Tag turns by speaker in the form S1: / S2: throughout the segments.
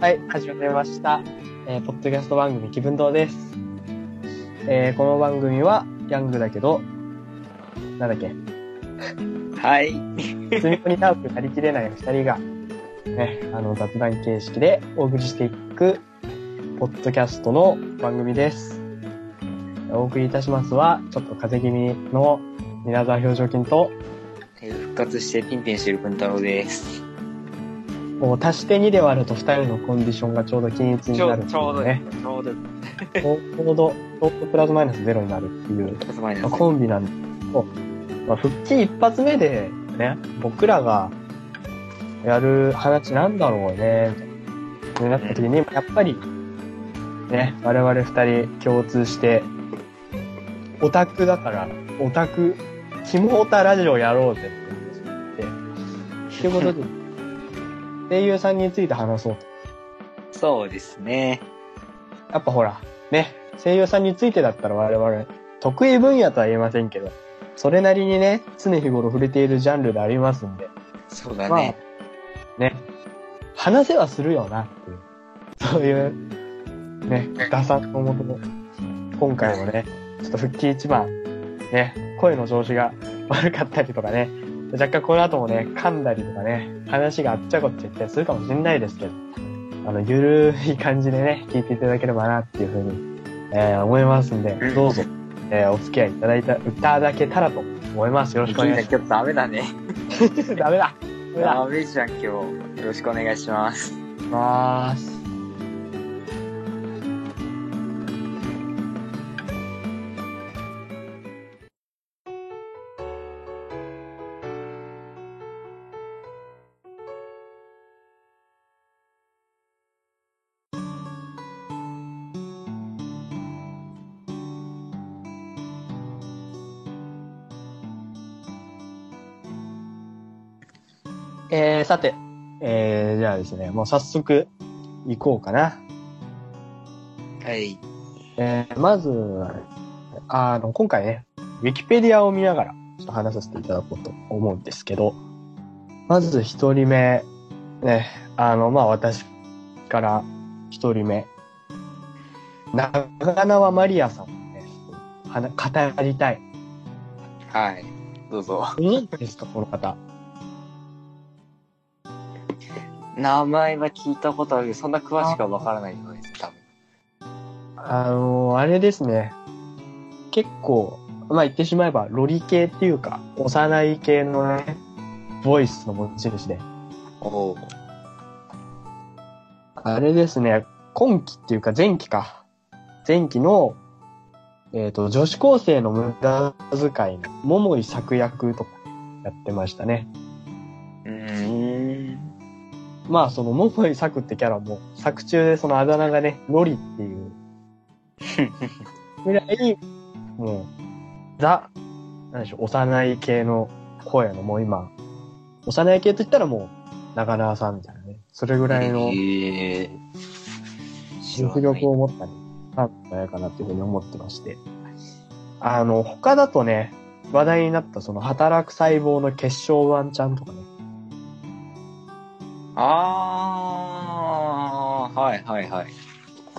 S1: はい、始めました。えーポッドキャスト番組気分堂です。えーこの番組は、ギャングだけど、なんだっけ、
S2: はい。
S1: 積み込み長くなりきれない二人が、ね、あの、雑談形式でお送りしていく、ポッドキャストの番組です。お送りいたしますは、ちょっと風邪気味の皆沢表情筋と、
S2: えー復活してピンピンしてる文太郎です。
S1: もう足して2で割ると2人のコンディションがちょうど均一になるっていね。
S2: ちょうど、
S1: ちょうど、ちょうどプラスマイナスゼロになるっていう、
S2: 復活前
S1: ま
S2: な
S1: あ、
S2: んで
S1: コンビなんですけど、まあ、復帰一発目でね、僕らがやる話なんだろうね、ってなった時に、やっぱり、ね、我々二人共通して、オタクだから、オタク、キモオタラジオやろうぜってって、ということで、声優さんについて話そうと。
S2: す。そうですね。
S1: やっぱほら、ね、声優さんについてだったら我々、得意分野とは言えませんけど、それなりにね、常日頃触れているジャンルでありますんで、
S2: そうだね。
S1: あ、ね、話せはするよなっていう、そういう、ね、打算のもとも、今回もね、ちょっと復帰一番、ね、声の調子が悪かったりとかね、若干この後もね、噛んだりとかね、話があっちゃこっちゃいったりするかもしれないですけど、あの、ゆるい感じでね、聞いていただければなっていうふうに、えー思いますんで、どうぞ、えーお付き合いいただいた、いただけたらと思います。よろしくお願いし
S2: 今日ダメだね。
S1: ます。 ダメだ。ダメだ。
S2: ダメじゃん、今日。よろしくお願いします。
S1: ます。えー、さて、えー、じゃあですね、もう早速行こうかな。
S2: はい。
S1: えー、まずは、あの、今回ね、ウィキペディアを見ながら、ちょっと話させていただこうと思うんですけど、まず一人目、ね、あの、まあ、私から一人目、長縄マリアさんをね、はな語りたい。
S2: はい。どうぞ。
S1: ご存知ですか、この方。
S2: 名前は聞いたことあるけど、そんな詳しくはわからないよね、多分。
S1: あのあれですね。結構、まあ言ってしまえば、ロリ系っていうか、幼い系のね、ボイスの持ち主で。
S2: おお。
S1: あれですね、今期っていうか前期か。前期の、えっ、と、女子高生の無駄遣いの、桃井作役とかやってましたね。
S2: うーん。
S1: まあその桃井作ってキャラも作中でそのあだ名がね、ロリっていうぐらい、もう、ザ、なんでしょう、幼い系の声のもう今、幼い系と言ったらもう、長縄さんみたいなね、それぐらいの
S2: え
S1: 実力を持ったね、なんじゃないかなっていうふうに思ってまして。あの、他だとね、話題になったその働く細胞の結晶ワンちゃんとかね、
S2: あー、はいはいはい。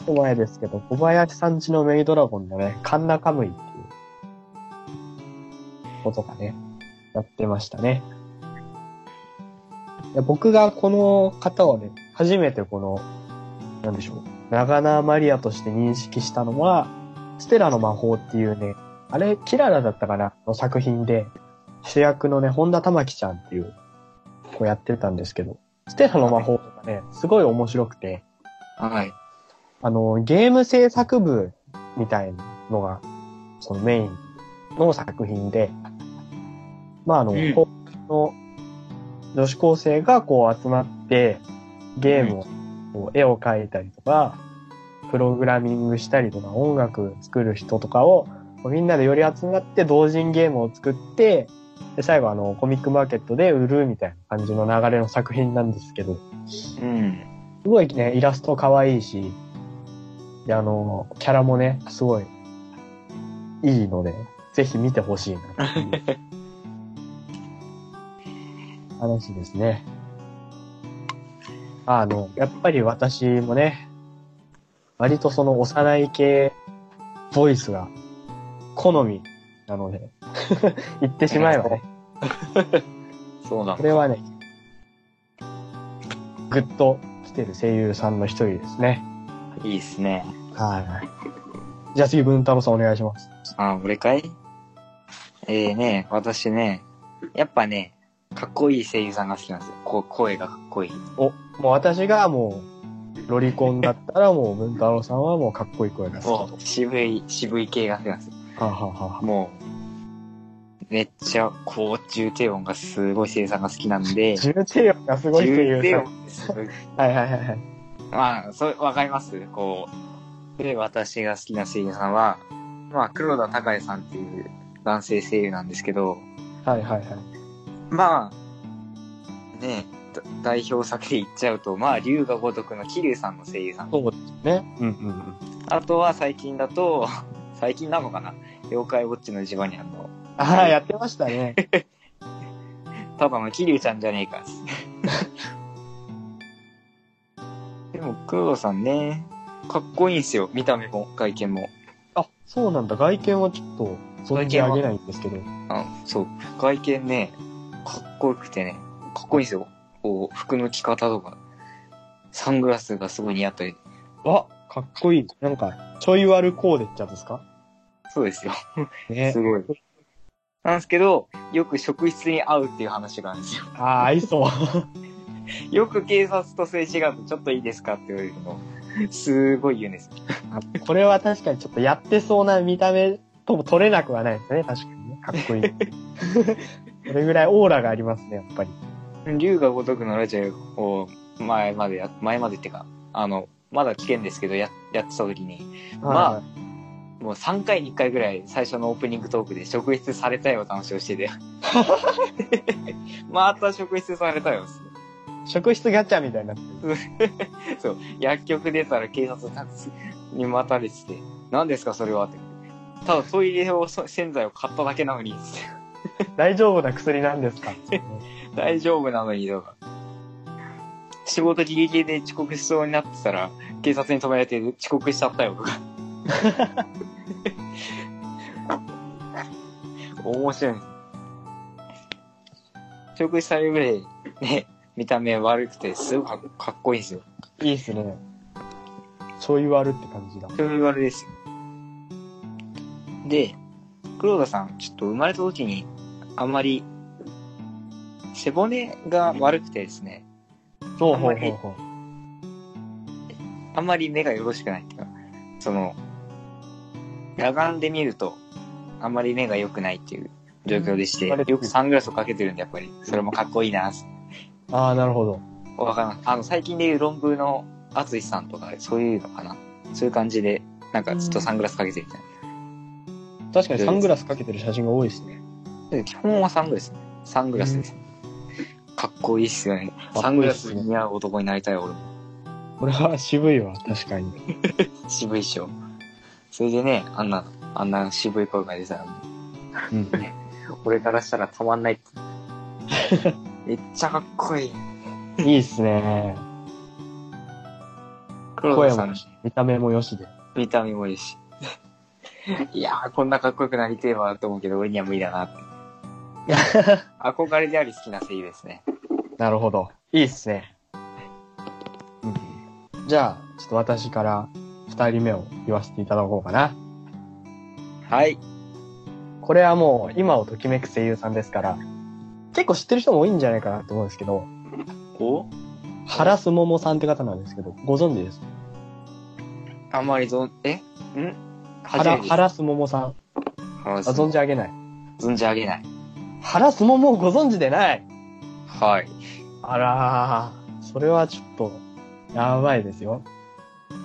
S1: お前ですけど、小林さんちのメイドラゴンのね、カンナカムイっていう、ことがね、やってましたね。いや僕がこの方をね、初めてこの、なんでしょう、長縄マリアとして認識したのは、ステラの魔法っていうね、あれ、キララだったかなの作品で、主役のね、本田玉樹ちゃんっていう子やってたんですけど、ステラの魔法とかね、すごい面白くて、
S2: はい。
S1: あの、ゲーム制作部みたいなのが、そのメインの作品で、まあ、あの、
S2: うん
S1: 高校の女子高生がこう集まって、ゲームを、こう絵を描いたりとか、プログラミングしたりとか、音楽作る人とかを、こうみんなで寄り集まって同人ゲームを作って、で、最後あの、コミックマーケットで売るみたいな感じの流れの作品なんですけど、
S2: うん。
S1: すごいね、イラスト可愛いし、で、あの、キャラもね、すごい、いいので、ぜひ見てほしいなっていう、話ですね。あの、やっぱり私もね、割とその幼い系、ボイスが、好みなので、 言ってしまえばね、
S2: そうな
S1: こ
S2: の。
S1: れはね、ぐっと来てる声優さんの一人ですね。
S2: いいっすね。
S1: はい。じゃあ次、文太郎さんお願いします。
S2: あ、俺かいえー、ね、私ね、やっぱね、かっこいい声優さんが好きなんですよ。こう声がかっこいい。
S1: お、もう私がもう、ロリコンだったらもう、文太郎さんはもうかっこいい声が好
S2: も
S1: きと
S2: う、渋い、渋い系が好きなんですよ。。
S1: はあはあはあ
S2: もう、めっちゃ、こう、重低音がすごい声優さんが好きなんで、
S1: 重低音がすごい声優さ
S2: 重低
S1: ん。
S2: 音すごい
S1: はいはいはいはい。
S2: まあ、そう、わかりますこう。で、私が好きな声優さんは、まあ、黒田隆也さんっていう男性声優なんですけど、
S1: はいはいはい。
S2: まあ、ねえ、だ代表作で言っちゃうと、まあ、龍が如くの桐生さんの声優さん。
S1: そうですね。うんうんうん。
S2: あとは最近だと、 最近なのかな妖怪ウォッチのジバニャンの、
S1: ああ、やってましたね。
S2: ただの桐生ちゃんじゃねえか。 でも、黒田さんね、かっこいいんすよ。見た目も、外見も。
S1: あ、そうなんだ。外見はちょっと存じ上げないんですけど。
S2: あそう。外見ね、かっこよくてね、かっこいいんですよ。こう、服の着方とか、サングラスがすごい似合ったり。
S1: わ、かっこいい。なんか、ちょい悪コーデっちゃですか
S2: そうですよ。
S1: ね
S2: す。ごい。なんですけど、よく職質に合うっていう話があるんですよ。
S1: ああ、合いそう。
S2: よく警察とすれ違うと、ちょっといいですかって言われるの。すごい言うんですよ。
S1: これは確かにちょっとやってそうな見た目とも取れなくはないですね。確かにね。かっこいい。 それぐらいオーラがありますね、やっぱり。
S2: 龍が如くのラジオを前までや、前までっていうか、あの、まだ危険ですけど、や、やってた時に、ま
S1: あ、
S2: もう3回に1回ぐらい最初のオープニングトークで職質されたよって話をして て。また職質されたよ。
S1: 職質ガチャみたいになってる。
S2: そう。薬局出たら警察に待たれてて、何ですかそれはって。ただトイレをそ洗剤を買っただけなのに、つって
S1: 大丈夫な薬なんです か
S2: 大丈夫なのにとか。仕事ギリギリで遅刻しそうになってたら、警察に止められて遅刻しちゃったよとか。面白い。遅刻されるぐらい、ね、見た目悪くて、すごくかっかっこいいんですよ。
S1: いいっすね。ちょい悪って感じだ。
S2: ちょい悪ですよ。で、黒田さん、ちょっと生まれた時に、あんまり、背骨が悪くてですね、
S1: そうう
S2: ほ
S1: ほ
S2: う
S1: う
S2: ほ
S1: ほ
S2: う
S1: う
S2: ほあんまり目がよろしくないっていうか、その、裸眼で見ると、あんまり目が良くないっていう状況でして、
S1: うん
S2: よくサングラスをかけてるんで、やっぱり、それもかっこいいな、
S1: ああ、なるほど。
S2: わからん。あの、最近でいう論文の淳さんとか、そういうのかな。そういう感じで、なんかずっとサングラスかけてるみたい
S1: 確かにサングラスかけてる写真が多いですね。
S2: な。で基本はサングラスね。サングラスです。かっこいいっすよね。サングラス似合う男になりたい、俺も。
S1: これは渋いわ、確かに。
S2: 渋いっしょ。それでね、あんな、あんな渋い声が出たら、
S1: うん。
S2: 俺からしたらたまんないって めっちゃかっこいい。
S1: いいっすね。
S2: 黒田さん
S1: 声、見た目も良しで。
S2: 見た目もいいし。 いやー、こんなかっこよくなりてえわと思うけど、俺には無理だなって。 憧れであり好きな声優ですね。
S1: なるほど。いいっすね。うん。じゃあ、ちょっと私から二人目を言わせていただこうかな。
S2: はい。
S1: これはもう今をときめく声優さんですから、結構知ってる人も多いんじゃないかなと思うんですけど、
S2: お
S1: 原すももさんって方なんですけど、ご存知ですか
S2: あんまりぞん、えん初め
S1: 原、
S2: てです
S1: 原すももさん。
S2: 原
S1: あ、存じ上げない。
S2: 存じ上げない。
S1: 原すももをご存知でない
S2: はい。
S1: あらー、それはちょっと、やばいですよ。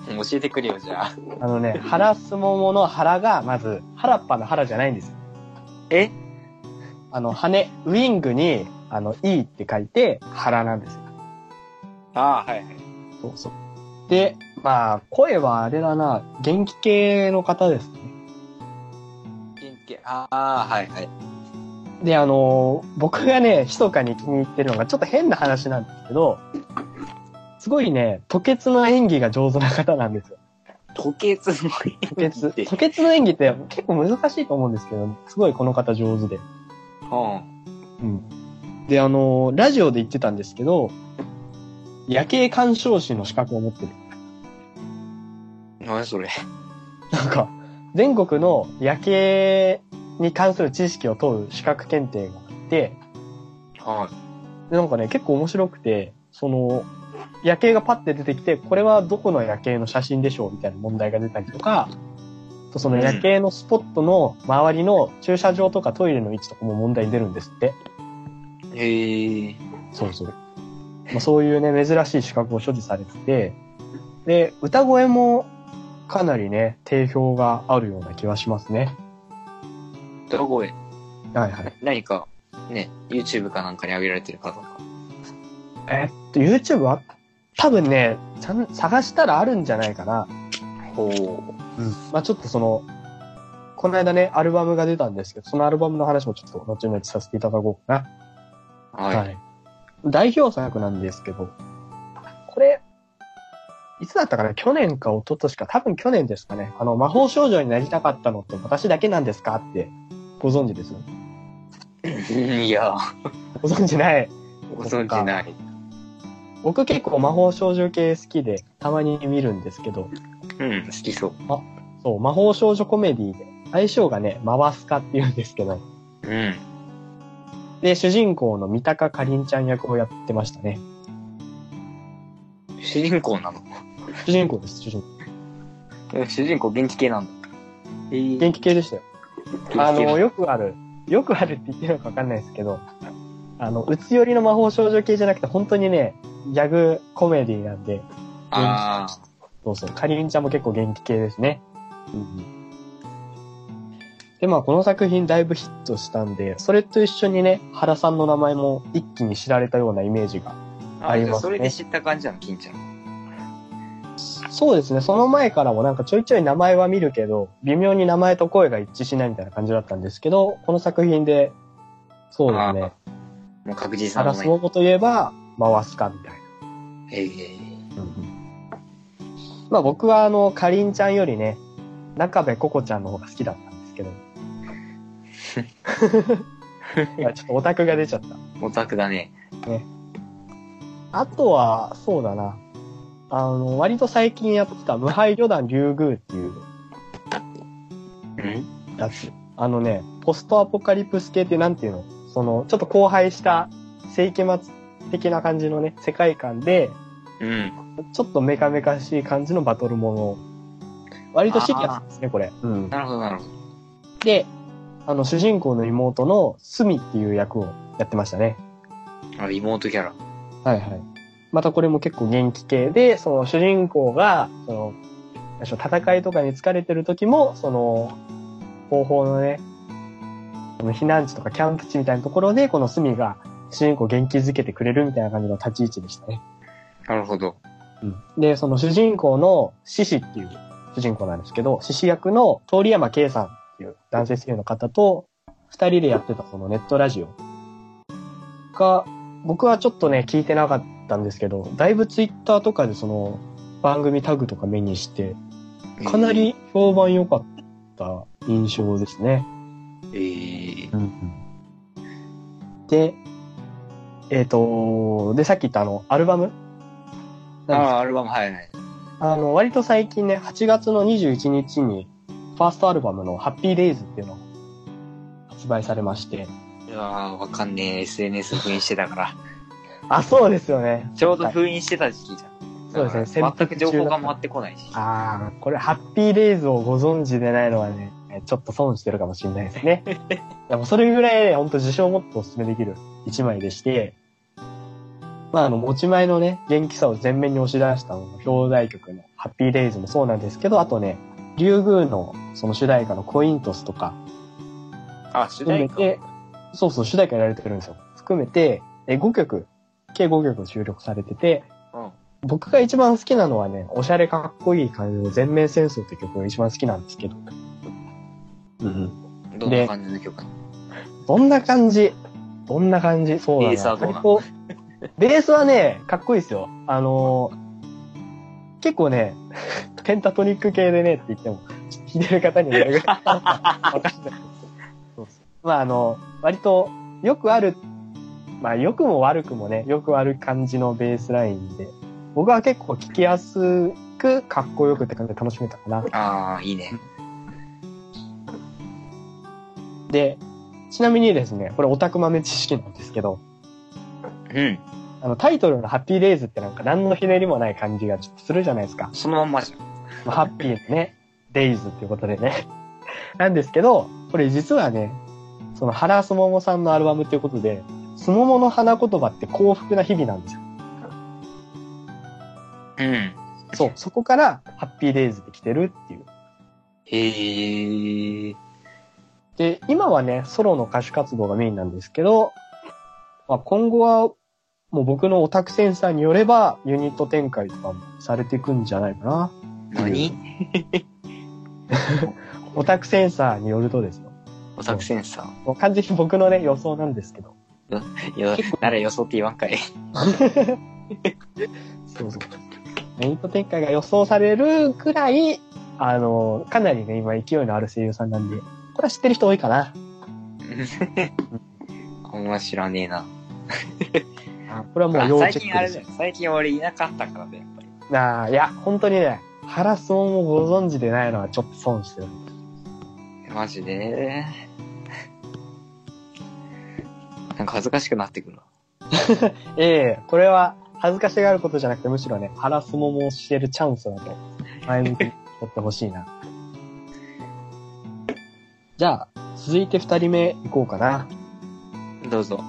S2: 教えてくれよ、じゃあ。
S1: あの ね、原すももの原が、まず、原っぱの原じゃないんですよ。
S2: え
S1: あの、羽、ウィングに、あの、E って書いて、原なんですよ。
S2: ああ、はいはい。
S1: そうそう。で、まあ、声はあれだな、元気系の方ですね。
S2: 元気、ああ、はいはい。
S1: で、あのー僕がね、密かに気に入ってるのが、ちょっと変な話なんですけど、すごいね、吐血の演技が上手な方なんですよ。
S2: 吐血の
S1: 吐血。
S2: って
S1: 吐血の演技って結構難しいと思うんですけど、すごいこの方上手で。
S2: うん。
S1: うん。で、あのーラジオで言ってたんですけど、夜景鑑賞士の資格を持ってる。
S2: 何それ。
S1: なんか、全国の夜景に関する知識を問う資格検定があって、
S2: は
S1: で、なんかね、結構面白くて、その、夜景がパッて出てきて、これはどこの夜景の写真でしょうみたいな問題が出たりとか、あとその夜景のスポットの周りの駐車場とかトイレの位置とかも問題に出るんですって。
S2: い。へえ。
S1: そうそう。まあ、そういうね、珍しい資格を所持されてて、で、歌声もかなりね、定評があるような気はしますね。
S2: どこへ
S1: はいはい。
S2: 何か、ね、YouTube かなんかに上げられてるかとか。
S1: えっと、YouTube は多分ね、ちゃん探したらあるんじゃないかな。
S2: ほ
S1: まあちょっとその、この間ね、アルバムが出たんですけど、そのアルバムの話もちょっと後々させていただこうか
S2: う。
S1: な。
S2: はい。
S1: 代表作なんですけど、これ、いつだったかな去年か一昨年か、多分去年ですかね。あの、魔法少女になりたかったのって私だけなんですかって、ご存知です
S2: い、や、
S1: ご存知ない。
S2: ご存知ない。
S1: 僕結構魔法少女系好きで、たまに見るんですけど、
S2: うん、好きそう。
S1: そう、魔法少女コメディで、相性がね、回すかって言うんですけど、
S2: うん。
S1: で、主人公の三鷹かりんちゃん役をやってましたね。
S2: 主人公なの
S1: 主人公です、主人公。
S2: え主人公元気系なんだ。えー、
S1: 元気系でしたよ。
S2: 元気系
S1: あの、よくある、よくあるって言ってるのかわかんないですけど、あの、うつ寄りの魔法少女系じゃなくて、本当にね、ギャグコメディなんで、
S2: あ
S1: そうそう、かりんちゃんも結構元気系ですね。で、まあ、この作品だいぶヒットしたんで、それと一緒にね、原さんの名前も一気に知られたようなイメージが。
S2: ーあ。
S1: あり
S2: じゃ
S1: ますね
S2: それで知った感じなの、金ちゃん。
S1: そうですね、その前からもなんかちょいちょい名前は見るけど、微妙に名前と声が一致しないみたいな感じだったんですけど、この作品で、そうですね、
S2: もう確実な
S1: 探
S2: 名
S1: す
S2: 前。
S1: 方といえば、回すかみたい
S2: えー、
S1: な。まあ僕はあの、かりんちゃんよりね、中部ココちゃんの方が好きだったんですけど。あちょっとオタクが出ちゃった。
S2: オタクだね。
S1: あとは、そうだな。あの、割と最近やってた、無敗旅団竜宮っていう
S2: うん
S1: やつ。あのね、ポストアポカリプス系ってなんていうのその、ちょっと荒廃した世紀末的な感じのね、世界観で、
S2: うん。
S1: ちょっとメカメカしい感じのバトルもの。割とシリアスですね、これ。うん
S2: なるほど、なるほど。
S1: で、あの、主人公の妹のスミっていう役をやってましたね。
S2: あ、妹キャラ。
S1: はいはい。またこれも結構元気系で、その主人公が、その、なんでしょう戦いとかに疲れてる時も、その、後方のね、その避難地とかキャンプ地みたいなところで、このスミが主人公を元気づけてくれるみたいな感じの立ち位置でしたね。
S2: なるほど。
S1: で、その主人公の獅子っていう主人公なんですけど、獅子役の通山圭さんっていう男性声優の方と、二人でやってたそのネットラジオが、僕はちょっとね、聞いてなかったんですけど、だいぶツイッターとかでその番組タグとか目にして、かなり評判良かった印象ですね。
S2: えー。
S1: で、えっ、と、で、さっき言ったあの、アルバム
S2: あ
S1: なんですけど
S2: あ、アルバム入らない。
S1: あの、割と最近ね、8月の21日に、ファーストアルバムのハッピーデイズっていうのが発売されまして。
S2: うわーわかんねえ。SNS 封印してたから。
S1: あ、そうですよね。
S2: ちょうど封印してた時期じゃん。
S1: そうですね
S2: だから全く
S1: 潜伏
S2: 情報が
S1: 中だった
S2: 回ってこないし。
S1: あー、これハッピーデイズをご存知でないのはね、ちょっと損してるかもしれないです ね。でもそれぐらいね、ほんと自信を持ってお勧めできる一枚でして、まああの、持ち前のね、元気さを前面に押し出したのが表題曲のハッピーデイズもそうなんですけど、あとね、竜宮のその主題歌のコイントスとか、
S2: あ、主
S1: 含
S2: 題
S1: め
S2: 歌。
S1: て、そうそう、主題歌やられてるんですよ。含めて、え5曲、計5曲収録されてて、
S2: うん。
S1: 僕が一番好きなのはね、おしゃれかっこいい感じの全面戦争って曲が一番好きなんですけど。うん。
S2: どんな感じの曲なの
S1: どんな感じどんな感じそうだ
S2: リーサ
S1: な。
S2: ーどうな
S1: 割
S2: の
S1: と、ベースはね、かっこいいですよ。あのー結構ね、 ペンタトニック系でねって言っても、弾いてる方には 分かんないですそうそうまああの、割とよくある、まあ良くも悪くもね、よくある感じのベースラインで、僕は結構聴きやすく、かっこよくって感じで楽しめたかな。
S2: ああ、いいね。
S1: で、ちなみにですね、これオタク豆知識なんですけど、
S2: うん。
S1: あの、タイトルのハッピーデイズってなんか何のひねりもない感じがちょっとするじゃないですか。
S2: そのまんまじゃん。
S1: まあハッピーのね、デイズっていうことでね。 なんですけど、これ実はね、その原すももさんのアルバムっていうことで、すももの花言葉って幸福な日々なんですよ。
S2: うん。
S1: そう、そこからハッピーデイズで来てるっていう。
S2: へえ。
S1: で、今はね、ソロの歌手活動がメインなんですけど、まあ、今後は、もう僕のオタクセンサーによれば、ユニット展開とかもされていくんじゃないかな。
S2: 何
S1: オタクセンサーによるとですよ。
S2: オタクセンサ
S1: もう完全に僕のね、予想なんですけど。
S2: ー。よ、なら予想って言わんかい。
S1: そうそう。ユニット展開が予想されるくらい、あの、かなりね、今勢いのある声優さんなんで、これは知ってる人多いかな。
S2: あんま知らねえな。
S1: これはも
S2: あ
S1: う要
S2: 最
S1: チェ
S2: 近
S1: ッ
S2: あ
S1: クで
S2: れ
S1: す
S2: だ
S1: よ
S2: よ。最近俺いなかったからだよ、やっぱり。。
S1: ああ、いや、本当にね、ハラスもご存知でないのはちょっと損してる。
S2: マジで。なんか恥ずかしくなってくるわ。
S1: ええこれは恥ずかしがることじゃなくて、むしろね、ハラスももを教えるチャンスだと、前向きに取ってほしいな。じゃあ、続いて二人目いこうかな。
S2: どうぞ。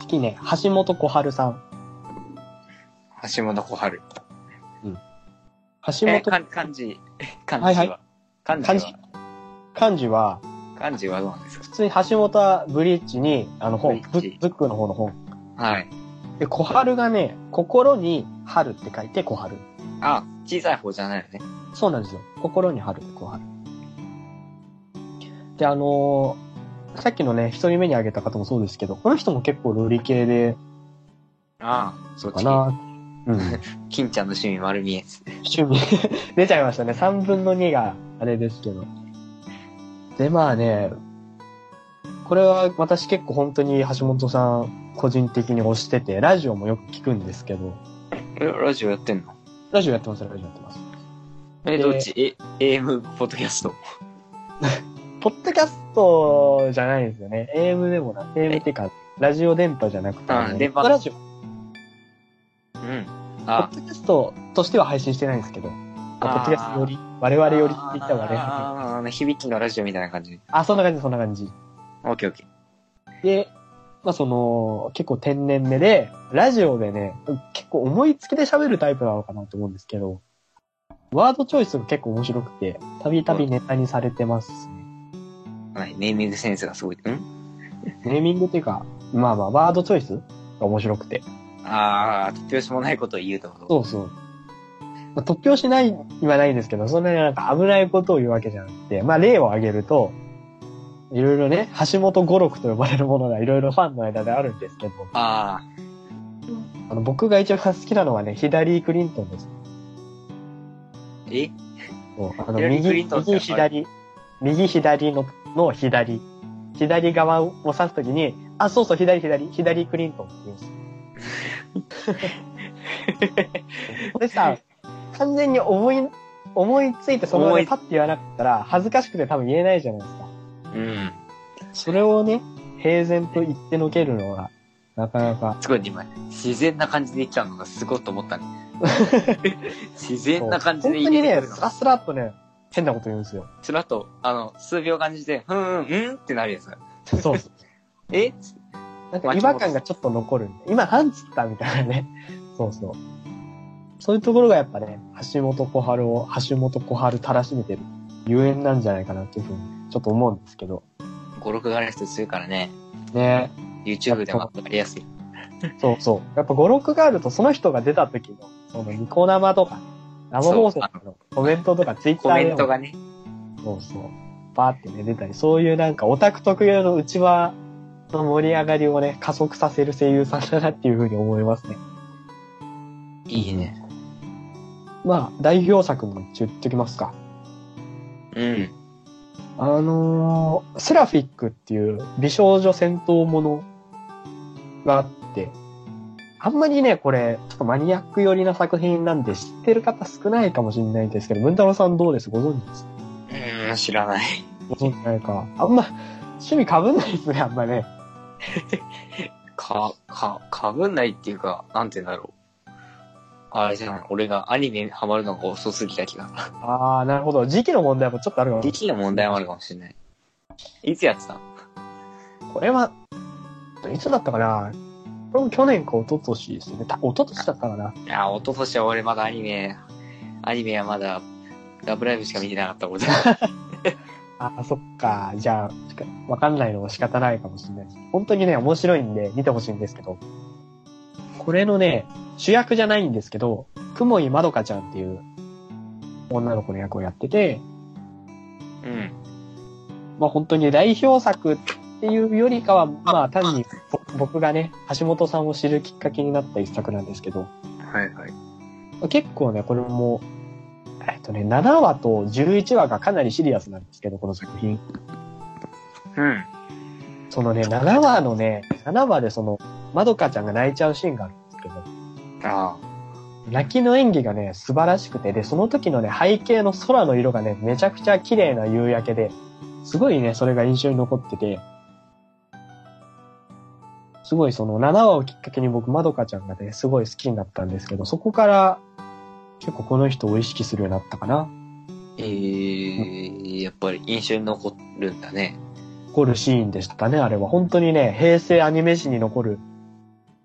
S1: 次ね、橋本小春さん。
S2: 橋本小春。
S1: 橋
S2: え、
S1: 本、
S2: かん漢字。漢字は。
S1: はいはい
S2: 漢字は
S1: 漢字漢字は、
S2: 漢字はどうなんですか
S1: 普通に橋本はブリッジに、あの本、
S2: ブ
S1: ブ
S2: リッジ
S1: ブックの方の本。
S2: はい。
S1: で、小春がね、心に春って書いて小春。
S2: あ、小さい方じゃないよね。
S1: そうなんですよ。心に春で小春。で、あのーさっきのね、一人目に挙げた方もそうですけど、この人も結構ロリ系で、
S2: ああ、そっ
S1: か
S2: ち。
S1: な。うん。
S2: 金ちゃんの趣味丸見えっつって。
S1: 趣味、 出ちゃいましたね。三分の二が、あれですけど。で、まあね、これは私結構本当に橋本さん個人的に推してて、ラジオもよく聞くんですけど、
S2: えラジオやってんの
S1: ラジオやってます、ラジオやってます。
S2: え、
S1: えー
S2: どっちえ、AM ポッドキャスト。
S1: ポッドキャストじゃないんですよね。AM でもな、AM っていうか、ラジオ電波じゃなくて、
S2: あ電波
S1: ラジオ、ポ
S2: うん。
S1: ッ
S2: あ、
S1: ドキャストとしては配信してないんですけど、ポッドキャストより、我々よりって言ったら我々。
S2: ああ、響きのラジオみたいな感じ。
S1: あ、そんな感じ、そんな感じ。
S2: オッケーオッケー。
S1: で、まあその、結構天然目で、ラジオでね、結構思いつきで喋るタイプなのかなと思うんですけど、ワードチョイスが結構面白くて、たびたびネタにされてますね。
S2: はい、ネーミングセンスがすごい。ん
S1: ネーミングっていうか、まあまあ、ワードチョイスが面白くて。
S2: ああ、突拍子もないことを言うってこと
S1: そうそう。まあ、突拍子ないはないんですけど、そんなになんか危ないことを言うわけじゃなくて、まあ例を挙げると、いろいろね、橋本五六と呼ばれるものがいろいろファンの間であるんですけど、
S2: ああ、
S1: あの僕が一番好きなのはね、ヒダリー・クリントンです。
S2: え
S1: もうあの
S2: ヒラリー
S1: 右、
S2: クリントンって
S1: 右、左、右、左の、の左。左側を指すときに、あ、そうそう、左、左、左クリントンって言うんですよ。 これさ、完全に思い、思いついてその場
S2: 思
S1: で
S2: い
S1: パッて言わなかったら、恥ずかしくて多分言えないじゃないですか。
S2: うん。
S1: それをね、平然と言ってのけるのが、なかなか、
S2: すごいね、今、自然な感じで言っちゃうのがすごいと思った ね。自然な感じで
S1: 本
S2: 言
S1: 当
S2: って
S1: に
S2: くれ
S1: ね、
S2: るの
S1: スラスラっとね、変なこと言うんですよ。
S2: その後、あの、数秒感じで、ふん、うん、うんってなるやつ。
S1: そうそう。
S2: えっ
S1: なんか違和感がちょっと残るんで。今なんつったみたいなね。 そうそう。そういうところがやっぱね、橋本小春を、橋本小春たらしめてる、ゆえんなんじゃないかなっていうふうに、ちょっと思うんですけど。
S2: ?5、6がある人強いからね、
S1: ね
S2: YouTube でも分かりやすい。
S1: そうそう。やっぱ5、6があると、その人が出た時の、そのニコ生とか、生放送とかのコメントとか、ツイッタ
S2: コ
S1: ー
S2: メ
S1: で
S2: ント
S1: も、
S2: がね、
S1: そうそう。バーってね、出たり、そういうなんかオタク特有のうちは、の盛り上がりをね、加速させる声優さんだなっていうふうに思いますね。
S2: いいね。
S1: まあ、代表作も言っておきますか。
S2: うん。
S1: あのー、セラフィックっていう美少女戦闘ものがあって、あんまりね、これ、ちょっとマニアック寄りな作品なんで知ってる方少ないかもしれないんですけど、文太郎さんどうですご存知です
S2: うん、知らない。
S1: ご存知ないか。あんま、趣味被んないですね、あんまね。
S2: か、か、かぶんないっていうか、なんて言うんだろう。あれじゃない、俺がアニメにハマるのが遅すぎた気が。
S1: あー、なるほど。時期の問題もちょっとあるかも
S2: 時期の問題もあるかもしれない。いつやってた
S1: これは、いつだったかなこれも去年か一昨年ですよね。た一昨年だったかな。
S2: いや、一昨年は俺まだアニメ、アニメはまだ、ラブライブしか見てなかった俺。
S1: ああ、そっか。じゃあ、しかわかんないのも仕方ないかもしれないです。本当にね、面白いんで見てほしいんですけど。これのね、主役じゃないんですけど、雲井まどかちゃんっていう女の子の役をやってて、
S2: うん。
S1: まあ本当に代表作っていうよりかは、まあ単に僕僕がね、橋本さんを知るきっかけになった一作なんですけど、
S2: はいはい。
S1: 結構ね、これも、えっとね、7話と11話がかなりシリアスなんですけど、この作品。
S2: うん。
S1: そのね、7話のね、7話でその、まどかちゃんが泣いちゃうシーンがあるんですけど、
S2: あ
S1: 泣きの演技がね、素晴らしくて、で、その時のね、背景の空の色がね、めちゃくちゃ綺麗な夕焼けで、すごいね、それが印象に残ってて、すごいその7話をきっかけに僕、まどかちゃんがね、すごい好きになったんですけど、そこから、結構この人を意識するようになったかな。
S2: あ。えー、やっぱり印象に残るんだね。
S1: 残るシーンでしたね、あれは。本当にね、平成アニメ史に残る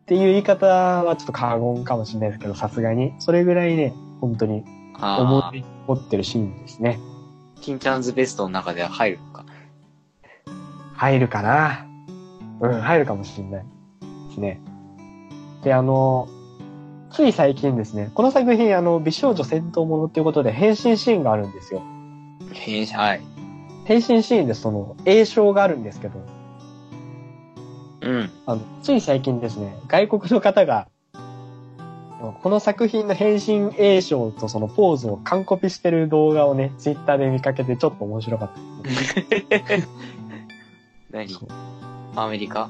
S1: っていう言い方はちょっと過言かもしれないですけど、さすがに。それぐらいね、本当に思
S2: ああ。
S1: い残ってるシーンですね。
S2: キンちゃんズベストの中では入るのか。
S1: 入るかなうん、入るかもしれないですね。で、あの、つい最近ですね、この作品、あの、美少女戦闘ものっていうことで変身シーンがあるんですよ。
S2: へえ、はい。
S1: 変身シーンでその、栄唱があるんですけど、
S2: うん。
S1: あの、つい最近ですね、外国の方が、この作品の変身映像とそのポーズを完コピしてる動画をね、ツイッターで見かけてちょっと面白かったですね。
S2: 何
S1: そう
S2: アメリカ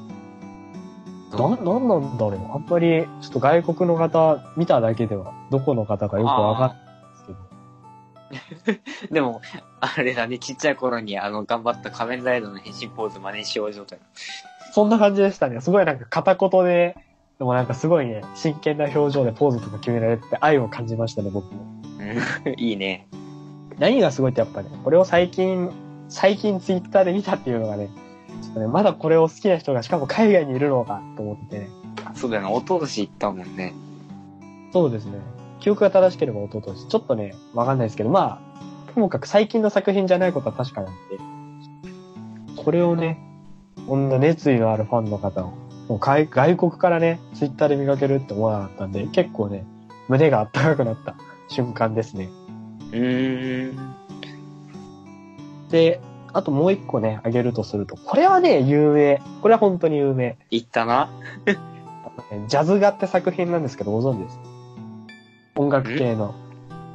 S1: な、なんなんだろうあんまり、ちょっと外国の方見ただけでは、どこの方かよくわかんないですけど。
S2: でも、あれだね、ちっちゃい頃にあの、頑張った仮面ライダーの変身ポーズ真似しよう状態。
S1: そんな感じでしたね。すごいなんか片言で、でもなんかすごいね、真剣な表情でポーズとか決められてて愛を感じましたね、僕も。
S2: うん いいね。
S1: 何がすごいってやっぱね、これを最近、最近ツイッターで見たっていうのがね、ちょっとね、まだこれを好きな人が、しかも海外にいるのかと思ってね。
S2: そうだよな、おととし行ったもんね。
S1: そうですね。記憶が正しければ一昨年。ちょっとね、わかんないですけど、まあ、ともかく最近の作品じゃないことは確かなんで、これをね、こんな熱意のあるファンの方を、もう外外国からね、ツイッターで見かけるって思わなかったんで、結構ね、胸が温かくなった瞬間ですね。
S2: うーん。
S1: で、あともう一個ね、あげるとすると、これはね、有名。これは本当に有名。
S2: 行ったな。
S1: ジャズ画って作品なんですけど、ご存知です音楽系の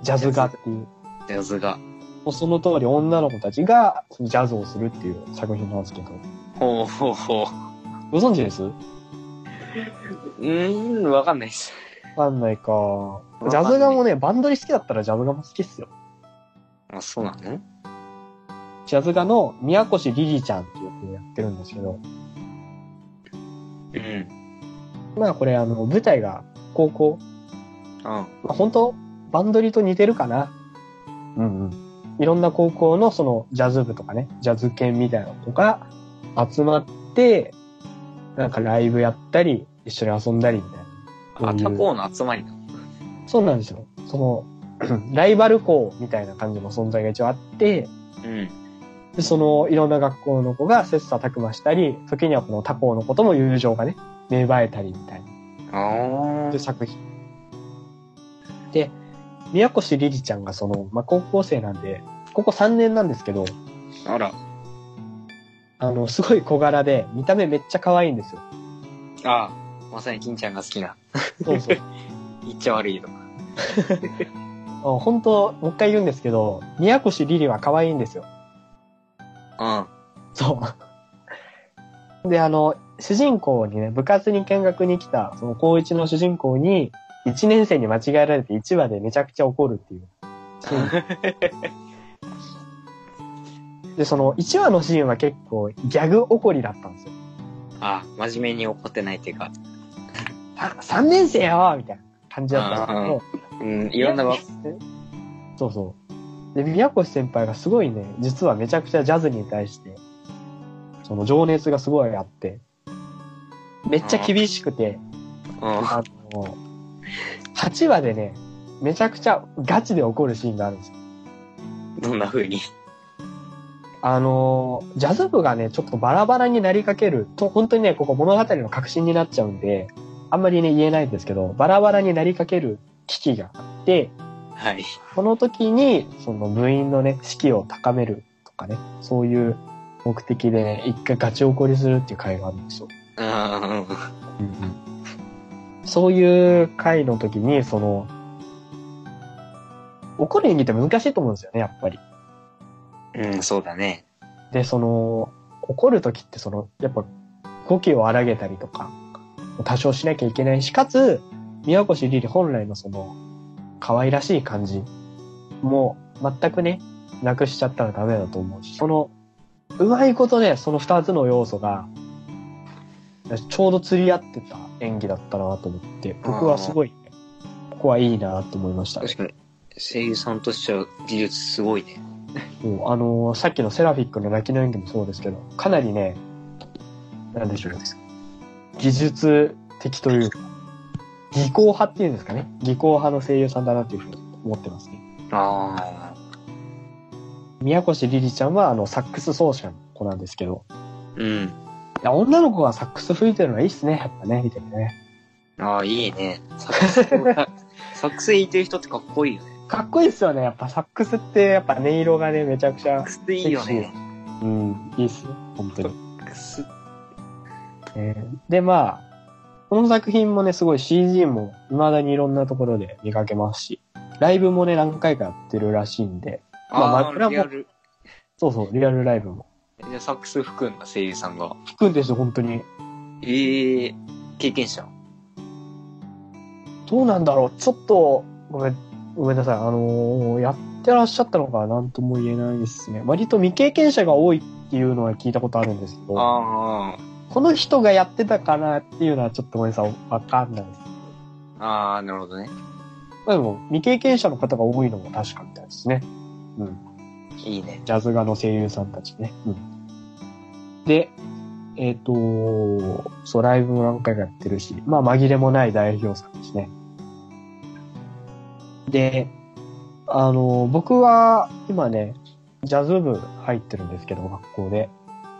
S1: ジャズ画っていう。
S2: ジャズが。
S1: もうその通り女の子たちがそのジャズをするっていう作品なんですけど。
S2: ほうほうほ
S1: ご存知ですわ
S2: う。うーん、わかんないっす。
S1: かんないか
S2: かんない。
S1: ジャズ画もね、バンドリ好きだったらジャズ画も好きっすよ。
S2: あ、そうなの
S1: ジャズ画の宮越リリちゃんっていう子をやってるんですけど、
S2: うん。うん。
S1: まあこれあの舞台が高校
S2: あ
S1: まあ、本当バンドリと似てるかな。うんうん。いろんな高校のそのジャズ部とかね、ジャズ犬みたいな子が集まって、なんかライブやったり、一緒に遊んだりみたいな。そういう
S2: 他校の集まりなの
S1: そうなんですよ。その、 ライバル校みたいな感じの存在が一応あって、
S2: うん。
S1: でそのいろんな学校の子が切磋琢磨したり、時にはこの他校の子とも友情がね、芽生えたりみたいな。
S2: あ
S1: という作品。で、宮越りりちゃんがその、まあ、高校生なんで、ここ3年なんですけど、
S2: あ。あら。
S1: あの、すごい小柄で、見た目めっちゃ可愛いんですよ。
S2: ああ、まさに金ちゃんが好きな。
S1: そうそう。
S2: 言っちゃ悪いとか。
S1: あ本当、もう一回言うんですけど、宮越リリは可愛いんですよ。
S2: うん。
S1: そう。 で、あの、主人公にね、部活に見学に来た、その高一の主人公に、1年生に間違えられて1話でめちゃくちゃ怒るって いう。で、その1話のシーンは結構ギャグ怒りだったんですよ。
S2: ああ、真面目に怒ってないっていうか、
S1: 3年生よみたいな感じだったんですけど、
S2: うん、いろんなわ、
S1: そうそう。で、宮越先輩がすごいね、実はめちゃくちゃジャズに対して、その情熱がすごいあって、めっちゃ厳しくて、
S2: うん、
S1: あの、8話でね、めちゃくちゃガチで怒るシーンがあるんですよ。
S2: どんな風に。
S1: あの、ジャズ部がね、ちょっとバラバラになりかけると、本当にね、ここ物語の核心になっちゃうんで、あんまりね、言えないんですけど、バラバラになりかける危機があって、
S2: はい。
S1: この時に、その部員のね、士気を高めるとかね、そういう目的でね、一回ガチ怒りするっていう会があるんですよ。
S2: うん、
S1: そういう会の時に、その、怒る演技って難しいと思うんですよね、やっぱり。
S2: うん、うん、そうだね。
S1: で、その、怒る時ってその、やっぱ、語気を荒げたりとか、多少しなきゃいけないし、かつ、宮越リリ本来のその、可愛らしい感じも、全くね、なくしちゃったらダメだと思うし、その、うまいことね、その二つの要素が、ちょうど釣り合ってた演技だったなと思って、僕はすごい、ここはいいなと思いましたね。
S2: 確かに、声優さんとしては技術すごいね。
S1: もうあのーさっきのセラフィックの泣きの演技もそうですけど、かなりね、なんでしょう、技術的というか、技巧派っていうんですかね。技巧派の声優さんだなというふうに思ってますね。
S2: あ
S1: 宮越リリちゃんはあの、サックス奏者の子なんですけど、
S2: あ、うん。
S1: いや、女の子がサックス吹いてるのはいいっすね、やっぱね、見ててね。
S2: ああ、いい ね。作成、作成いてる人ってかっこいいよね。
S1: かっこいいっすよね、やっぱサックスって、やっぱ音色がね、めちゃくちゃ、
S2: 作成いいよね。
S1: うん、いいっすよ、本当に。
S2: 作成
S1: えーで、まあ、この作品もね、すごい CG も未だにいろんなところで見かけますし、ライブもね、何回かやってるらしいんで、まあ
S2: ああ、
S1: 枕も
S2: リアル。
S1: そうそう、リアルライブも。
S2: じゃあサックス吹くんだ、声優さんが。
S1: 聞くんですよ、本当に。
S2: ええ経験者。
S1: どうなんだろう、ちょっと、ごめん、ごめんなさい、あのーやってらっしゃったのかなんとも言えないですね。割と未経験者が多いっていうのは聞いたことあるんですけど、
S2: あ
S1: この人がやってたかなっていうのはちょっとごめんなさい、わかんないです。
S2: あ、ああ、なるほどね。
S1: まあでも、未経験者の方が多いのも確かみたいですね。うん。
S2: いいね。
S1: ジャズ画の声優さんたちね。で、えっ、と、そう、ライブも何回かやってるし、まあ、紛れもない代表作ですね。で、あの、僕は、今ね、ジャズ部入ってるんですけど、学校で。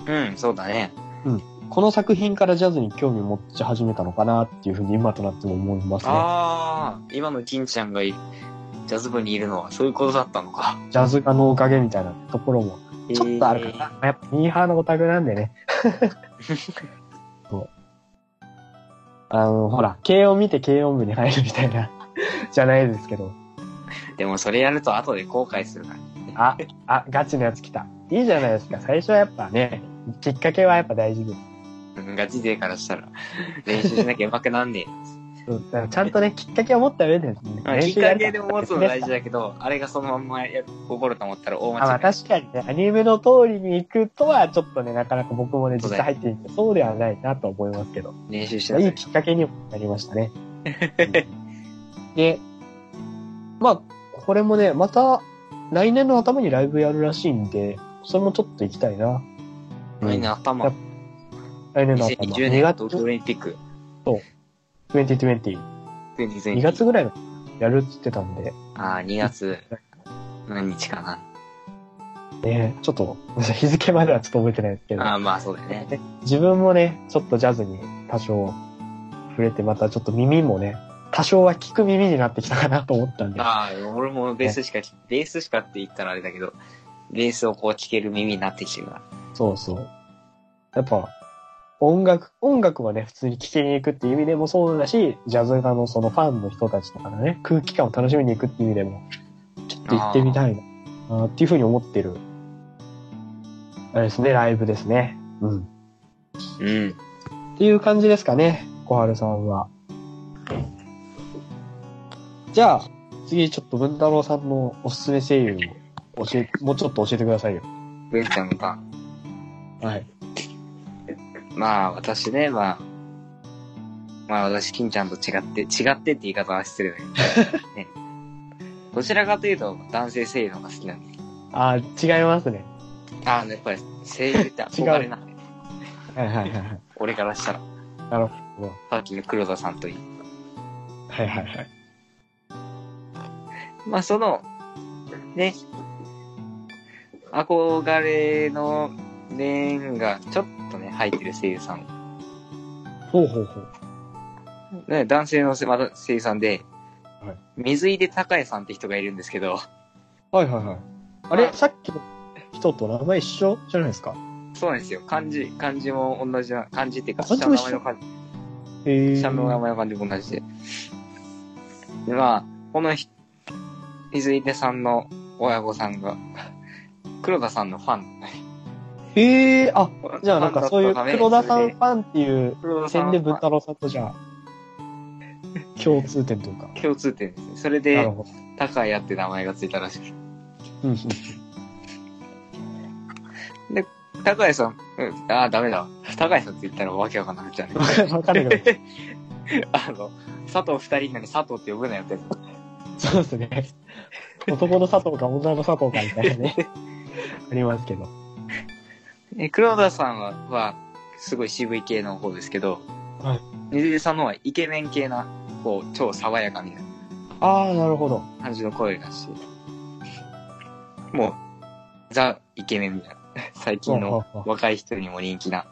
S2: うん、そうだね。
S1: この作品からジャズに興味を持ち始めたのかなっていうふうに今となっても思いますね。
S2: ああ、今の金ちゃんがいジャズ部にいるのはそういうことだったのか。
S1: ジャズ画のおかげみたいなところもちょっとあるかな。やっぱミーハーのオタクなんで ね。そうあの、ほら、軽音見て軽音部に入るみたいな、 じゃないですけど。
S2: えーでもそれやると後で後悔するから。
S1: あ、あ、ガチのやつ来た。いいじゃないですか。最初はやっぱね、きっかけはやっぱ大事です。
S2: うんガチ勢からしたら、練習しなきゃ上手くなんね
S1: うんだからちゃんとね、きっかけを持った上で、ね
S2: え。まあ、きっかけで持つの大事
S1: だ
S2: だけど、あれがそのまんまや心と思ったら大
S1: あ、ま
S2: 間
S1: あ
S2: 違い。
S1: 確かにね、アニメの通りに行くとは、ちょっとね、なかなか僕もね、実際入ってみて、そうではないなと思いますけど。
S2: 練習し
S1: い
S2: ないい。
S1: きっかけにもなりました ね。で、まあ、これもね、また来年の頭にライブやるらしいんで、それもちょっと行きたいな。
S2: みんな頭。
S1: 来年の頭。
S2: 2020
S1: 2
S2: 年
S1: 月
S2: 東京オリンピック。
S1: 2020。2
S2: 2
S1: 月ぐらいのやるって言ってたんで、
S2: ああ、2月何日かな。
S1: ね、ちょっと、 日付まではちょっと覚えてないですけど、
S2: ああ、まあそうだよね。
S1: 自分もね、ちょっとジャズに多少触れて、またちょっと耳もね、多少は聞く耳になってきたかなと思ったんで、
S2: ああ、俺もベースしか、ベースしかって言ったらあれだけど、ベースをこう聴ける耳になってきてるから。
S1: そうそう。やっぱ、音楽、音楽はね、普通に聴きに行くっていう意味でもそうだし、ジャズ側のそのファンの人たちとかのね、空気感を楽しみに行くっていう意味でも、ちょっと行ってみたいな、あーっていうふうに思ってる、あれですね、ライブですね。うん。
S2: うん。
S1: っていう感じですかね、小春さんは。じゃあ、次ちょっと文太郎さんのおすすめ声優を教え、もうちょっと教えてくださいよ。
S2: 文ちゃんが、
S1: はい。
S2: まあ私ね、まあ、まあ私、金ちゃんと違って、違ってって言い方は失礼だけど、 ね。どちらかというと男性声優の方が好きなんで。
S1: あー、違いますね。
S2: ああ、やっぱり声優って憧れなんで、
S1: はいはいはいはい。
S2: 俺からしたら。
S1: なるほど。
S2: さっきの黒田さんといい。
S1: はいはいはい。
S2: まあその、ね、憧れの面がちょっとね、入ってる声優さん。
S1: ほうほうほう。
S2: ね、男性のせまた声優さんで、
S1: はい
S2: 水井出孝也さんって人がいるんですけど、
S1: はいはいはい。あれ、さっきの人と名前一緒じゃないですか
S2: そうなんですよ。漢字、漢字も同じな、漢字っていうか、
S1: 漢
S2: 下
S1: 字も
S2: の名前の漢字、
S1: へ
S2: 下の名前の漢字も同じで。で、まあ、このひ水井出さんの親御さんが、黒田さんのファン。
S1: へえ、あ、じゃあなんかそういう黒田さんファンっていう
S2: 黒田さ
S1: 点
S2: ん
S1: で
S2: の
S1: 文
S2: ファ
S1: 太郎さんとじ ゃあ、共通点というか。
S2: ン共通点ですね。それ
S1: なる
S2: で、
S1: ほど。
S2: 高谷って名前がついたらしく
S1: うんうん
S2: 高谷さん、うん、ああ、ダメだ。高谷さんって言ったらわけわかんなくなっちゃうね。
S1: わかんないけ
S2: あの、佐藤二人なのに佐藤って呼ぶなよって。
S1: ど。そうですね。男の佐藤か女の佐藤かみたいなね。ありますけど。
S2: え黒田さんは、は、すごい渋い系の方ですけど、。
S1: はい
S2: 水出さんの方はイケメン系な、こう、超爽やかみたい
S1: ああ、なるほど。
S2: な感じの声だし、もう、ザ・イケメンみたいな。 最近の
S1: ほうほうほ
S2: 若い人にも人気な、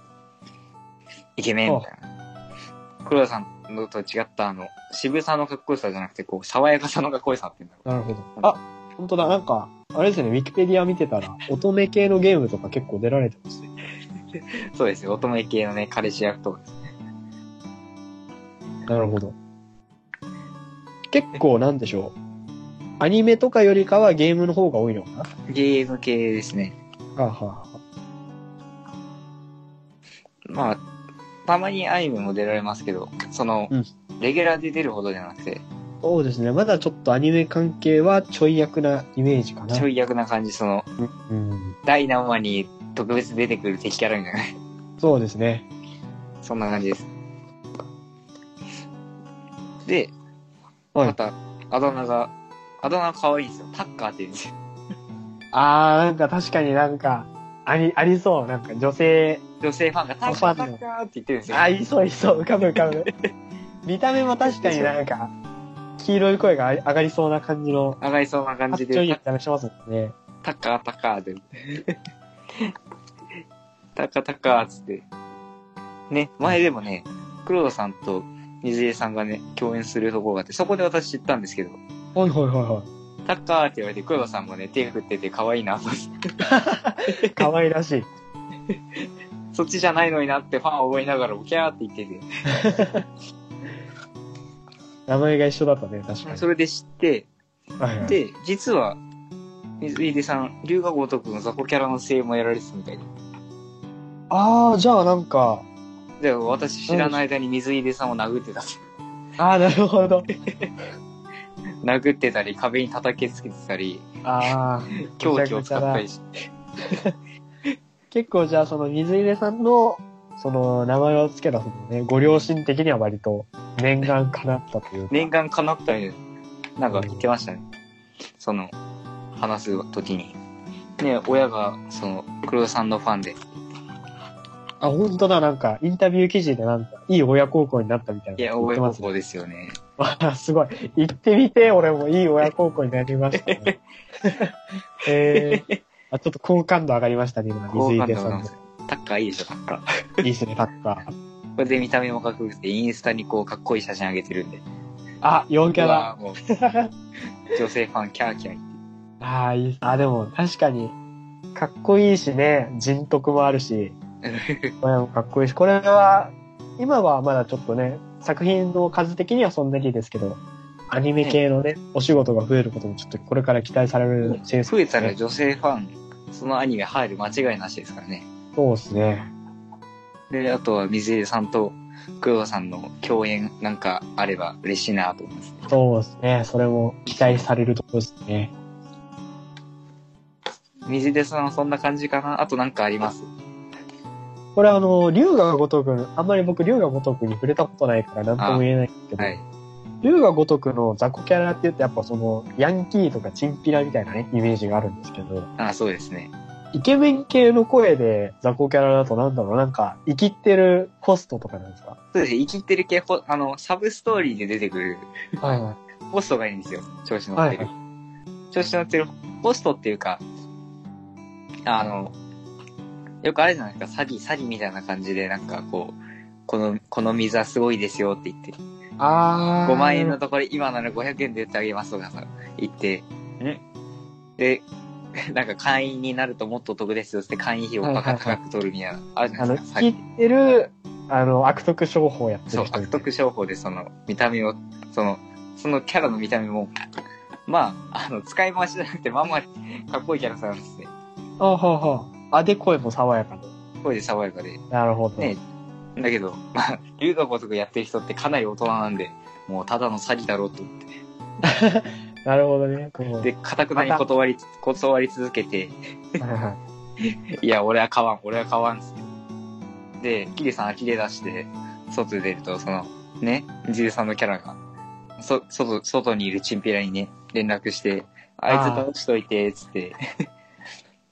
S2: イケメンみたいな。黒田さんのと違った、あの、渋さのかっこよさじゃなくて、こう、爽やかさのかっこよさっていうんだろう。
S1: なるほど。あ、本当だ。なんか、あれですね、ウィキペディア見てたら、乙女系のゲームとか結構出られてますね。
S2: そうですよ。乙女系のね、彼氏役とかです。
S1: なるほど。結構なんでしょう。アニメとかよりかはゲームの方が多いのかな
S2: ゲーム系ですね。
S1: はあ、は
S2: まあ、たまにアニメも出られますけど、その、
S1: うん
S2: レギュラーで出るほどじゃなくて、
S1: あ、そうですね。まだちょっとアニメ関係はちょい役なイメージかな。
S2: ちょい役な感じ、その、
S1: うん。
S2: 第何話に特別出てくる敵キャラみたいな、
S1: そうですね。
S2: そんな感じです。で、
S1: はい
S2: また、あだ名が、あだ名可愛いんですよ。タッカーって言うんですよ。
S1: あー、なんか確かになんか、あり、ありそう。なんか女性、
S2: 女性ファンがタッカ
S1: あ
S2: ー、
S1: フ
S2: タ
S1: ァンの
S2: ッカーって言ってるんですよ。
S1: あ、いそういそう。浮かぶ浮か ぶ。見た目も確かになんか、黄色い声があ上がりそうな感じの、
S2: 上がりそうな感
S1: かっ
S2: じ
S1: ちょいい
S2: で、
S1: 話しますもんね。
S2: タッカー、タッカーで。 タッカー、タッカーっつって。ね、前でもね、黒田さんと水江さんがね、共演するところがあって、そこで私知ったんですけど、
S1: はいはいは
S2: タッカーって言われて黒田さんもね、手振ってて可愛いな、
S1: いはい。可愛らしい。
S2: そっちじゃないのになってファンを覚えながらもキャーって言ってて、
S1: 名前が一緒だったね、確かに。
S2: それで知って、
S1: はいはい、
S2: で、実は、水江さん、龍河如くの雑魚キャラの声優もやられてたみたいで。
S1: ああ、じゃあなんか、
S2: で、私知らない間に水出さんを殴ってた。
S1: ああ、なるほど。
S2: 殴ってたり、壁に叩きつけてたり、
S1: ああ、
S2: 狂気を使ったりし
S1: 結構じゃあその水入さんの、その名前を付けたそのね、ご両親的には割と念願かなったというか。
S2: 念願叶ったみたいな、なんか言ってましたね。その、話す時に。ね、親が、その、黒田さんのファンで、
S1: あ、本当だ、なんかインタビュー記事でなんか、いい親孝行になったみたいな。
S2: いや、
S1: 言っ
S2: 親
S1: てま
S2: 孝
S1: すね。
S2: 行ですよね。
S1: わあ、すごい。行ってみて、俺もいい親孝行になりました、 ね。えー、あ、ちょっと好感度上がりましたね、今、水入さん
S2: 好感度上がりまタッカーいいでしょ、タッカ
S1: の。
S2: ー。
S1: いいですね、タッカー。
S2: これで見た目もかっこよくて、インスタにこう、かっこいい写真あげてるんで。
S1: あ、4キャ
S2: う
S1: ラ。
S2: わもう、女性ファン、キャーキャー言って。
S1: ああ、いいっす。あ、でも確かに、かっこいいしね、人徳もあるし、親もかっこいいし、これは、今はまだちょっとね、作品の数的にはそんなにですけど、アニメ系のね、お仕事が増えることもちょっとこれから期待されるシーズン
S2: 増えたら女性ファン、そのアニメ入る間違いなしですからね。
S1: そうですね。
S2: で、あとは水江さんと黒田さんの共演なんかあれば嬉しいなと思います。
S1: そうですね。それも期待されるところですね。
S2: 水出さんはそんな感じかなあとなんかあります
S1: これあの、龍が如く、あんまり僕龍が如くに触れたことないから何とも言えないんですけど、
S2: はい。
S1: 龍が如くの雑魚キャラって言うとやっぱその、ヤンキーとかチンピラみたいなね、イメージがあるんですけど、
S2: あ、そうですね。
S1: イケメン系の声で雑魚キャラだとなんだろう、なんか、生きってるホストとかなんですか
S2: そうですね。生きてる系、ほあの、サブストーリーで出てくる
S1: はいはい。
S2: ホストがいいんですよ。調子乗ってる。
S1: は
S2: 調子乗ってるホストっていうか、あの、よくあれじゃないですか、詐欺、詐欺みたいな感じで、なんかこう、この、この水はすごいですよって言って、
S1: あー。
S2: 5万円のところ、今なら500円で売ってあげますとかさ、言って、で、 なんか会員になるともっとお得ですよって会員費をバカ高く取るみたいな、あるじゃ
S1: あ
S2: な
S1: の、
S2: いですか。
S1: 生きってる、あの、悪徳商法やって
S2: そう
S1: る、人。
S2: 悪徳商法でその見た目を、その、そのキャラの見た目も、まあ、あの、使い回しじゃなくて、まあまあ、かっこいいキャラさんなんですね。
S1: あはあはあ。あ、で、声も爽やかで。
S2: 声で爽やかで。
S1: なるほど。
S2: ねだけど、まあ、龍が如くやってる人ってかなり大人なんで、もうただの詐欺だろうと思って。
S1: なるほどね。うん
S2: で、かたくなに断り、断り続けて、
S1: はいはい
S2: いや、俺は買わん、俺は買わんっつって。で、キリさん呆れ出して、外出ると、その、ね、ジルさんのキャラが、そ、外、外にいるチンピラにね、連絡して、あいつ倒しといて、つって。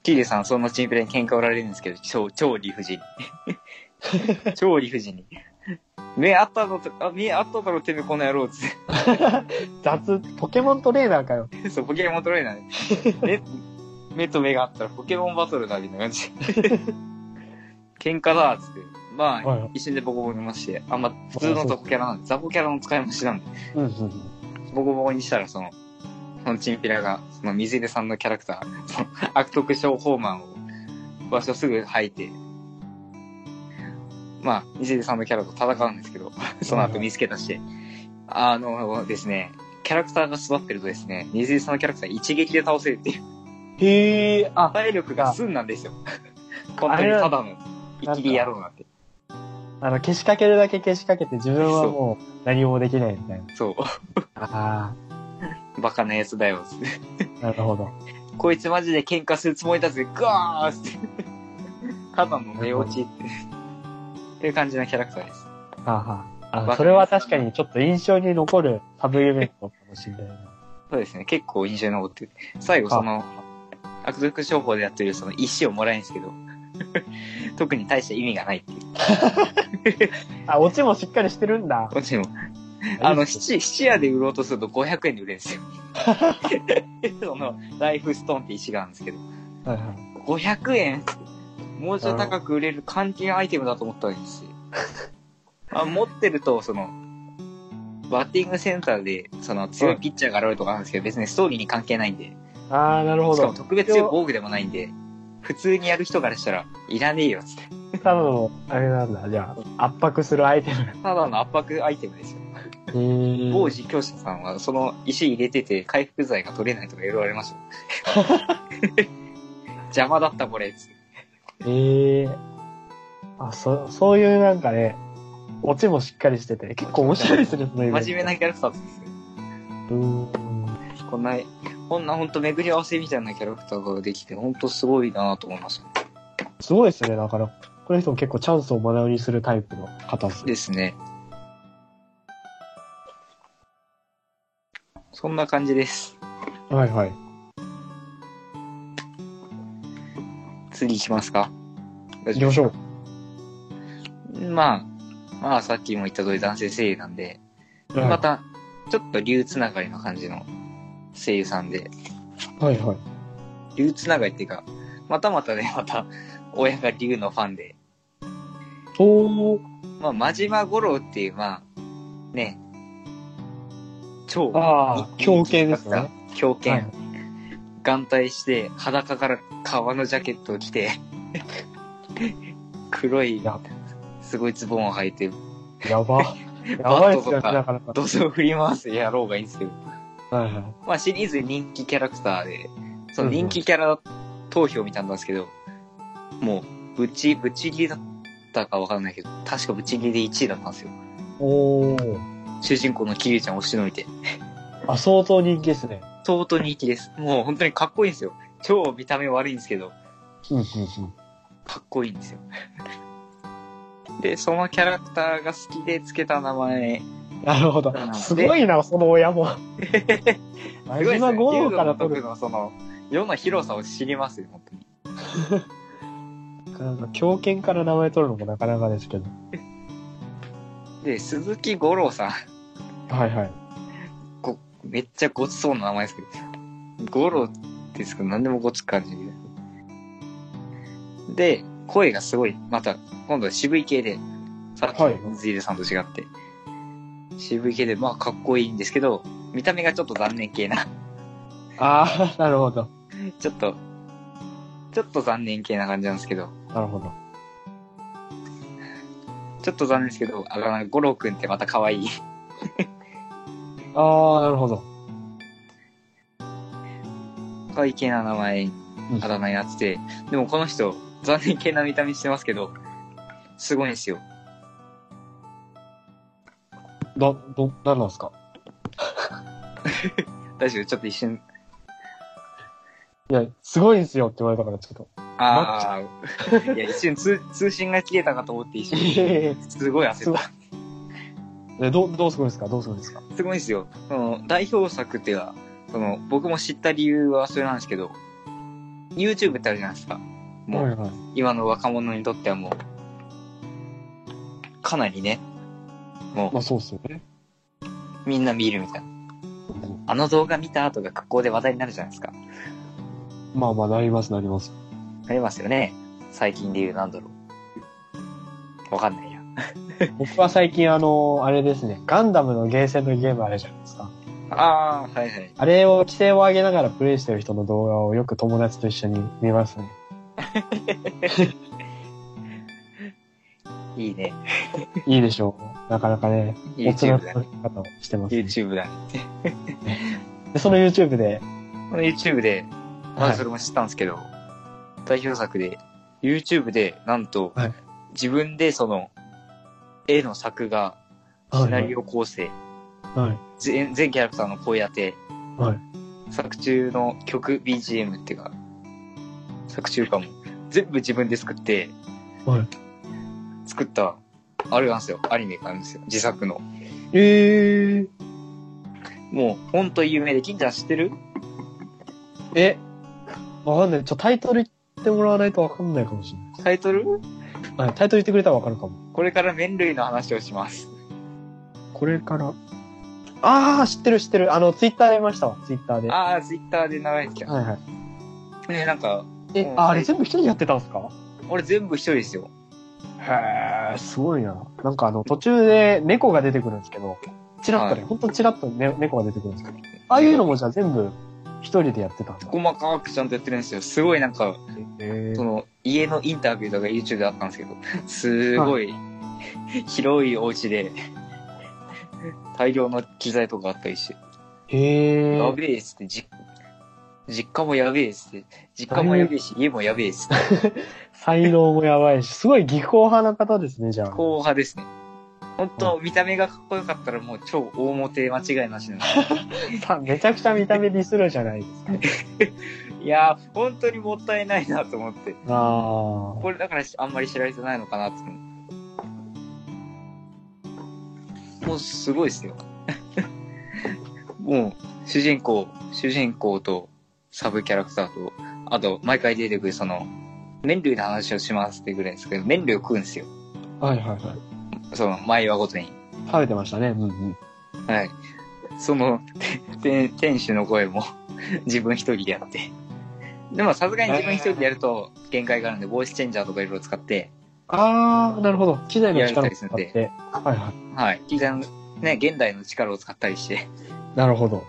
S2: キリさん、そのチンピラに喧嘩おられるんですけど、超、超理不尽に。超理不尽に。目あったのと、あ、目あっただろ、てめえこの野郎、つって。
S1: 雑、ポケモントレーナーかよ。
S2: そう、ポケモントレーナ ーで。目、目と目があったらポケモンバトルだ、みたいな感じ。 喧嘩だ、つって。ま
S1: はいは
S2: あ
S1: い、
S2: 一瞬でボコボコにまして、あんま普通の雑魚キャラなんで、雑魚キャラの使い回しなんで、
S1: うんうん。
S2: ボコボコにしたら、その、そのチンピラが、その水出さんのキャラクター、 その悪徳商法マンを、場所すぐ吐いて、まあ、水出さんのキャラと戦うんですけど、 その後見つけ出して、あのですね、キャラクターが育ってるとですね、水出さんのキャラクター一撃で倒せるっていう
S1: へえ、あ、
S2: 体力がすんなんですよ。本当にただの、生きり野郎なんて。
S1: あの、消しかけるだけ消しかけて自分はもう何もできないみたいな。
S2: そ
S1: あ
S2: う。バカなやつだよ。つって
S1: あ、なるほど。
S2: こいつマジで喧嘩するつもりだぜ。ガー ッつって。ただの寝落ちって。っていう感じのキャラクターです。
S1: はあ、
S2: わかり
S1: は
S2: ま
S1: あ。
S2: す
S1: それは確かにちょっと印象に残るサブイベントかもしれないな。
S2: そうですね。結構印象に残ってる。最後その、悪徳商法でやってるその石をもらえるんですけど、 特に大した意味がないっていう。
S1: あ、オチもしっかりしてるんだ。
S2: こっちも。あの、七、七夜で売ろうとすると500円で売れるん ですよ。その、ライフストーンって石があるんですけど。
S1: はいはい
S2: 500円もうちょい高く売れる関係アイテムだと思ったんですよ。あ持ってると、その、バッティングセンターで、その強いピッチャーが現れるとかあるんですけど、別にストーリーに関係ないんで、
S1: ああ、なるほ
S2: しか
S1: ど
S2: も。特別強い防具でもないんで、普通にやる人からしたら、いらねえよ、つって。
S1: ただの、あれなんだ。じゃあ、圧迫するアイテム。
S2: ただの圧迫アイテムですよ。
S1: へ
S2: 某実況者さんは、その石入れてて、回復剤が取れないとか言われましたよ。邪魔だった、これ、つって。
S1: ええあ、そ、そういうなんかね、オチもしっかりしてて、結構面白いですね、そのイベント
S2: 真面目なキャラクターですよ。
S1: うーん。
S2: こんな、こんなほんと巡り合わせみたいなキャラクターができて、ほんとすごいなと思います。
S1: すごいですね、だから。この人も結構チャンスを学ぶにするタイプの方ですね。
S2: ですね。そんな感じです。
S1: はいはい。
S2: 次行きますか
S1: 行きましょう。
S2: まあ、まあさっきも言った通り男性声優なんで、また、ちょっと竜つながりの感じの声優さんで、
S1: はいはい。
S2: 竜つながりっていうか、またまたね、また、親が竜のファンで、
S1: おー、
S2: まあ、真島五郎っていう、まあ、ね、超、
S1: ああ、狂犬です
S2: か
S1: ね。
S2: 狂犬、
S1: はい
S2: 眼帯して、裸から革のジャケットを着て、 黒い
S1: や、
S2: すごいズボンを履いて、
S1: や ば。やばいっすよね、なかなか。
S2: 土蔵を振り回す野郎がいいんですけど。
S1: はいはい。
S2: まあシリーズで人気キャラクターで、その
S1: うんうん
S2: 人気キャラ投票みたいなんですけど、もう、ぶち、ぶち切りだったかわかんないけど、確かぶち切りで1位だったんですよ。
S1: おー。
S2: 主人公のキリちゃんを押しのいて。
S1: あ、相当人気ですね。
S2: 相当人気です。もう本当にかっこいいんですよ。超見た目悪いんですけど、
S1: うんうんうん。
S2: かっこいいんですよ。で、そのキャラクターが好きでつけた名前、
S1: なるほど。すごいな、その親 も。
S2: すごい
S1: 真
S2: ですね
S1: 島豪
S2: ユ
S1: 華
S2: の
S1: な取
S2: 毒
S1: る。
S2: のその、世の広さを知りますよ、本当に。
S1: なんか狂犬から名前取るのもなかなかですけど。
S2: で、鈴木五郎さん。
S1: はいはい。
S2: ごめっちゃごつそうな名前ですけど。ゴロですけど、何でもごつく感じで。で、声がすごい、また、今度は渋い系で、さっき
S1: はい
S2: の水入さんと違って、渋い系で、まあ、かっこいいんですけど、見た目がちょっと残念系な、
S1: ああ、なるほど。
S2: ちょっと、ちょっと残念系な感じなんですけど、
S1: なるほど。
S2: ちょっと残念ですけど、あの、ゴロくんってまた可愛い。
S1: ああ、なるほど。
S2: 可愛い系な名前、あだ名になってて、でもこの人、残念系な見た目してますけど、すごいんですよ。
S1: ど、ど、何なんですか
S2: 大丈夫ちょっと一瞬。
S1: いや、すごいんすよって言われたから、ちょっと。
S2: ああ。いや、一瞬通通信が切れたかと思って一 瞬。
S1: え
S2: すごい焦った。
S1: え、ど、どうすごいんですかどうすごいんですか
S2: すごいですよ。その、代表作っていうか、その、僕も知った理由はそれなんですけど、YouTube ってあるじゃないですか。もう、
S1: はいはい。
S2: 今の若者にとってはもう、かなりね、も
S1: まあそうっすよね。
S2: う、みんな見るみたいな。あの動画見たとか、格好で話題になるじゃないですか。
S1: まあまあ、なります、なります。
S2: なりますよね。最近で言う、なんだろう。わかんないや。
S1: 僕は最近あの、あれですね、ガンダムのゲーセンのゲームあれじゃないですか。
S2: ああ、はいはい。
S1: あれを、規制を上げながらプレイしてる人の動画をよく友達と一緒に見ます ね。
S2: いいね。
S1: いいでしょう。なかなかね、大人
S2: YouTube
S1: の
S2: だ
S1: 撮り方をしてます、ね。
S2: YouTube だ。
S1: で、その YouTube で、
S2: YouTube で、ま
S1: は
S2: あ
S1: い
S2: それも知ったんですけど、代表作で、YouTube で、なんと、
S1: はい
S2: 自分でその、絵の作画、シナリオ構成、
S1: はい。
S2: 全全キャラクターの声当て、
S1: はい
S2: 作中の曲、BGM っていうか、作中歌も、全部自分で作って、
S1: はい
S2: 作った、あれなんですよ、アニメがあるんですよ、自作の。
S1: えー、
S2: もう、ほんと有名で、金ちゃん知ってる
S1: え、わかんない。ちょ、タイトル言ってもらわないとわかんないかもしれ
S2: タイトル
S1: ない。はい、タイトル言ってくれたらわかるかも。
S2: これから麺類の話をします。
S1: これから。あー、知ってる知ってる。あの、ツイッターで見ましたわ、ツイッターで。は
S2: ああ、ツイッターで流れてき
S1: い
S2: た。
S1: はい。
S2: ね、なんか、
S1: え、
S2: うん
S1: ああれ全部一人でやってたんですか
S2: 俺全部一人ですよ。
S1: へー、すごいな。なんかあの、途中で猫が出てくるんですけど、チラッとね、
S2: は
S1: ほんとチラッと、ね、猫が出てくるんですけど、ああいうのもじゃあ全部一人でやってたんだ。
S2: 細かくちゃんとやってるんですよ。すごいなんか、
S1: へ
S2: その、家のインタビューとか YouTube であったんですけど、 すごい、広いお家で、大量の機材とかあったりして、
S1: へ
S2: や
S1: ー。
S2: べえっつって、じ実家もやべえっつって、実家もやべえし、家もやべえっつって、
S1: 才能もやばいし、すごい技巧派な方ですね、じゃあ。
S2: 後派ですね。本当見た目がかっこよかったらもう超大モテ間違いなしなんで
S1: さめちゃくちゃ見た目ディスるじゃないですか。
S2: いやー、本当にもったいないなと思って。
S1: あ
S2: これだからあんまり知られてないのかなって。もうすごいですよ。もう、主人公、主人公とサブキャラクターと、あと、毎回出てくるその、麺類の話をしますってぐらいですけど、麺類を食うんですよ。
S1: あ。はいはいはい。
S2: その、毎話ごとに。
S1: 食べてましたね。うんうん。
S2: はい。その、て店主の声も自分一人でやって。でもさすがに自分一人でやると限界があるんで、ボイスチェンジャーとかいろいろ使って、
S1: あー、なるほど。機材の力を使っ
S2: やりたいです
S1: て。はいは
S2: はい。 刻む、ね、現代の力を使ったりして、
S1: い。なるほど。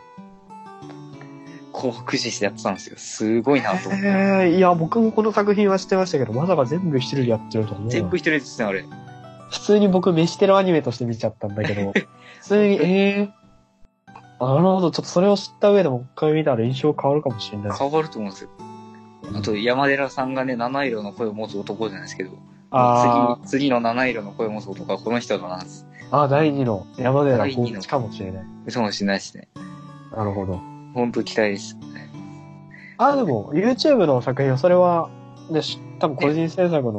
S2: 構駆使してやってたんですよ。すごいなと思って。
S1: えー、いや、僕もこの作品は知ってましたけど、まさか全部一人でやってるとは思うな。
S2: 全部一人ですね、あれ。
S1: 普通に僕、飯テロアニメとして見ちゃったんだけ ど、普通に、えー、なるほど、ちょっとそれを知った上でもう一回見たら印象変わるかもしれない。
S2: 変わると思うんですよ。あと、山寺さんがね、七色の声を持つ男じゃないですけど、
S1: あー
S2: 次、次の七色の声を持つ男はこの人だな、
S1: あー、第2の山寺
S2: 第二
S1: 宏
S2: の
S1: 一かもしれない。
S2: 嘘もしないですね。
S1: なるほど。
S2: ほんと期待です。
S1: あ、でも、YouTube の作品は、それは、ね、し多分個人制作の、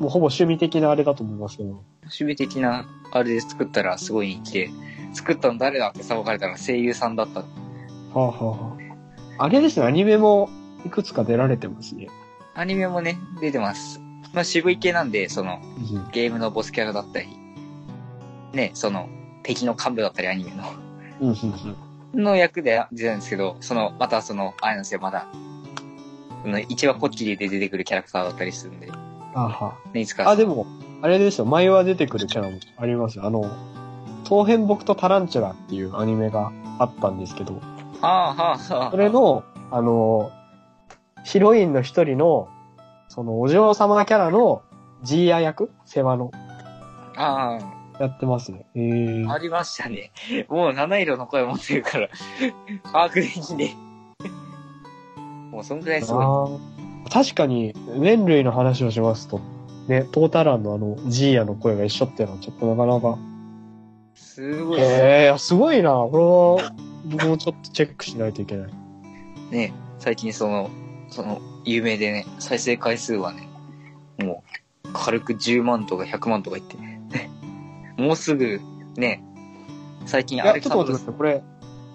S1: もうほぼ趣味的なあれだと思いますけど。
S2: 趣味的なあれで作ったらすごい人気で、作ったの誰だって騒がれたら声優さんだった。
S1: はあ、はあはあ、あれですね、アニメもいくつか出られてますね。
S2: アニメもね、出てます。まあ、渋い系なんで、その、
S1: うん
S2: ゲームのボスキャラだったり、ね、その、敵の幹部だったり、アニメの。
S1: うんうんうん
S2: の役で出たんですけど、その、またその、あれなんですよ、まだ。その、一話こっきりで出てくるキャラクターだったりするんで、ね、
S1: あはい
S2: つか。
S1: あ、でも、あれですよ、前は出てくるキャラもありますよ。あの、東辺僕とタランチュラっていうアニメがあったんですけど、
S2: ああ、はあ、はあ。
S1: それ、の、あの、ヒロインの一人の、そのお嬢様キャラのジーヤ役世話の、
S2: ああ、
S1: やってますね。へー
S2: ありましたね。もう七色の声持ってるから、把握できねえ。もう、そんくらいすご
S1: あー確かに、麺類の話をしますと、ね、トータランのあの、ジーヤの声が一緒っていうのはちょっとなかなか。
S2: い。すごいっす
S1: ええすごいな。これは、僕もちょっとチェックしないといけない。
S2: ね、最近その、その、有名でね、再生回数はね、もう、軽く10万とか100万とか言って、ね、 もうすぐ、ね、最
S1: い
S2: 近ア
S1: や、
S2: レク
S1: ちょ
S2: サ
S1: っと
S2: ン
S1: 待
S2: ド
S1: ってください。こ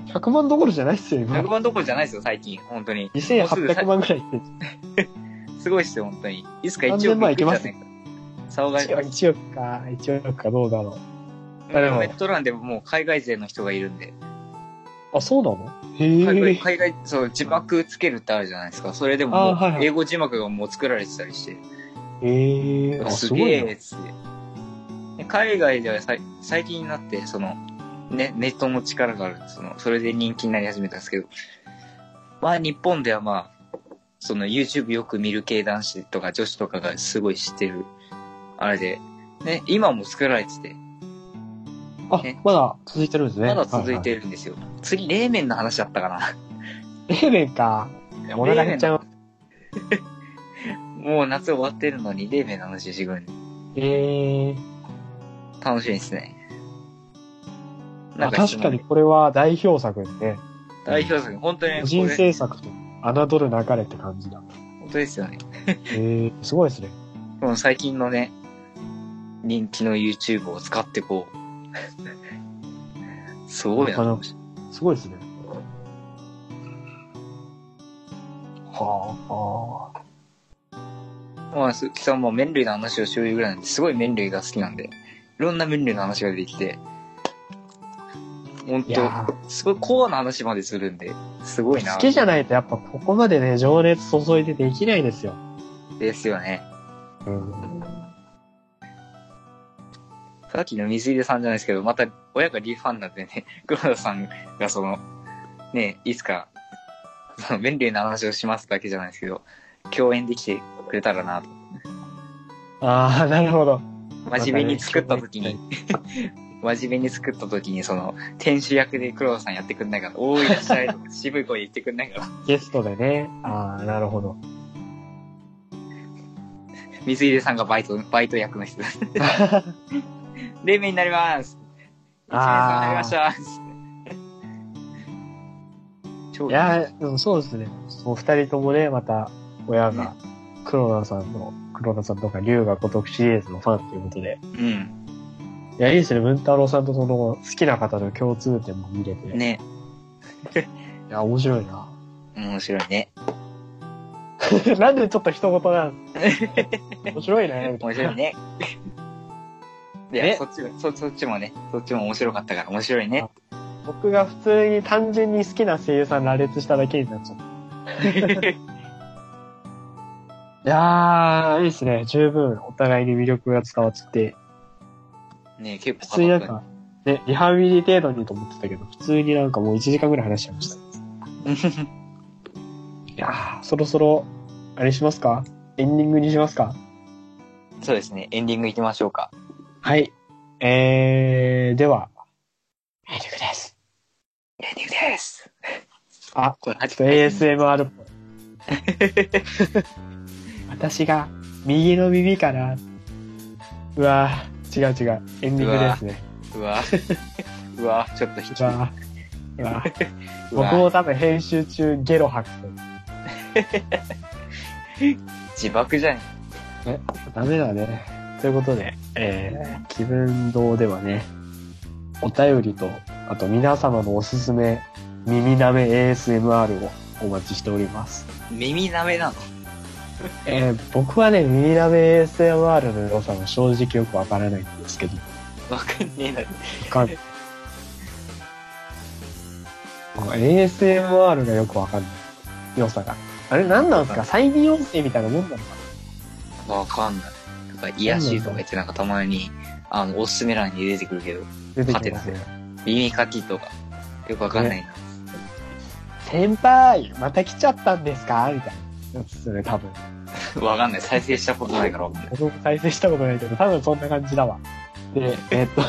S1: れ、100万どころじゃないっすよ、今
S2: 100。万どころじゃないですよ、最近、本当に。
S1: 2800万ぐらいいって
S2: すごいっすよ、本当に。いつか1
S1: 何
S2: 億
S1: 年前
S2: いくんじゃねえか。騒がれ
S1: 1億1億か、1億か、どうだろう。あでも
S2: ネット欄でももう海外勢の人がいるんで、
S1: あ、そうなの
S2: 海
S1: へ
S2: 外、
S1: え。
S2: 海外、そう、字幕つけるってあるじゃないですか。それでも
S1: あ
S2: も
S1: はいうは、い
S2: 英語字幕がもう作られてたりして、
S1: へえ。あ、
S2: す
S1: すご
S2: げ
S1: い
S2: え
S1: な。
S2: っつって。で海外ではさい最近になって、その、ね、ネットの力がある、その、それで人気になり始めたんですけど、まあ日本ではまあ、その YouTube よく見る系男子とか女子とかがすごい知ってる、あれで、ね、今も作られてて、
S1: あ
S2: ね、
S1: まだ続いてるんですね。
S2: まだ続いて
S1: る。
S2: るんですよ。次、冷麺の話だったかな。
S1: 冷麺か。お腹減っちゃいます。
S2: もう夏終わってるのに冷麺の話してくるんで
S1: へえ。
S2: 楽しみですね。
S1: あ確かに
S2: その
S1: これは代表作ですね。
S2: 代表作、本当に
S1: 個
S2: こ
S1: 人
S2: れ
S1: 制作と侮る流れって感じだ。
S2: 本当ですよね。
S1: へえ、すごいですね。
S2: この最近のね、人気の YouTube を使ってこう、 すごいな
S1: あのすごいですね。はあ、あ
S2: まあ、鈴木さんも麺類の話をしようぐらいなんで、すごい麺類が好きなんで、いろんな麺類の話が出てきて、ほん
S1: ー。い
S2: と、
S1: や
S2: すごいコアな話までするんで、すごい
S1: ー
S2: な。
S1: 好きじゃないとやっぱここまでね、情熱注いでできないですよ。
S2: ですよね。
S1: うん。
S2: さっきの水出さんじゃないですけど、また親がリーファンなんでね、 黒田さんがその、ね、いつか、その、便利な話をしますだけじゃないですけど、共演できてくれたらなと。
S1: ああ、なるほど。
S2: 真面目に作った時に、真面目に作った時に、その、店主役で黒田さんやってくんないから、おーいらっしゃいとか、 渋い声言ってくんないから、
S1: ゲストでね。ああ、なるほど。
S2: 水出さんがバイト、バイト役の人 です。冷麺になります。一年さんになりました。 超
S1: いや、でもそうですね。お二人ともね、また、親が、黒田さんの、黒田さんとか、龍が如くシリーズのファンということで。
S2: うん。
S1: いや、いいですね。文太郎さんとその、好きな方の共通点も見れて。
S2: ね、
S1: いや、面白いな。
S2: 面白いね。
S1: なんでちょっと一言 なん面白いね。みた
S2: 面
S1: いな
S2: 白い ね。いや、
S1: ね
S2: そっちもそ、そっちもね、そっちも面白かったから面白いね。
S1: 僕が普通に単純に好きな声優さん羅列しただけになっちゃった。いやー、いいですね。十分お互いに魅力が伝わって、
S2: ね結
S1: 普
S2: 構
S1: 通にな
S2: 語
S1: ん
S2: った
S1: か、ね、リハビリ程度にと思ってたけど、普通になんかもう1時間ぐらい話しちゃいました。そろそろ、あれしますかエンディングにしますか
S2: そうですね。エンディング行きましょうか。
S1: はい。えー、では、エンディングです。
S2: エンディングです。
S1: あ、
S2: これ、
S1: ちょっと ASMR っぽい。私が右の耳かな。うわぁ、違う違う。エンディングですね。
S2: うわ。うわ、ちょっと引き
S1: うわぁ。うわぁ
S2: うわ
S1: 僕も多分編集中ゲロ吐く。
S2: 自爆じゃん。
S1: ダメだね。ということで、えー、気分堂ではね、お便りと、あと皆様のおすすめ、耳舐め ASMR をお待ちしております。
S2: 耳舐めなの。
S1: えー僕はね、耳舐め ASMR の良さが正直よくわからないんですけど、わ
S2: わかんねえな。
S1: かん ASMR がよくわかんない。良さが。あれ、なんなんですか再利用性みたいなもんなのか
S2: わかんない。なんか、癒やしいとか言ってなんかたまに、あの、おすすめ欄に出てくるけど、
S1: 出てきますね。
S2: 耳かきとか、よくわかんないな。
S1: 先輩、また来ちゃったんですかみたいなやつですよね、多分。
S2: わかんない。再生したことないからわかんない。
S1: 僕も再生したことないけど、多分そんな感じだわ。で、えっと、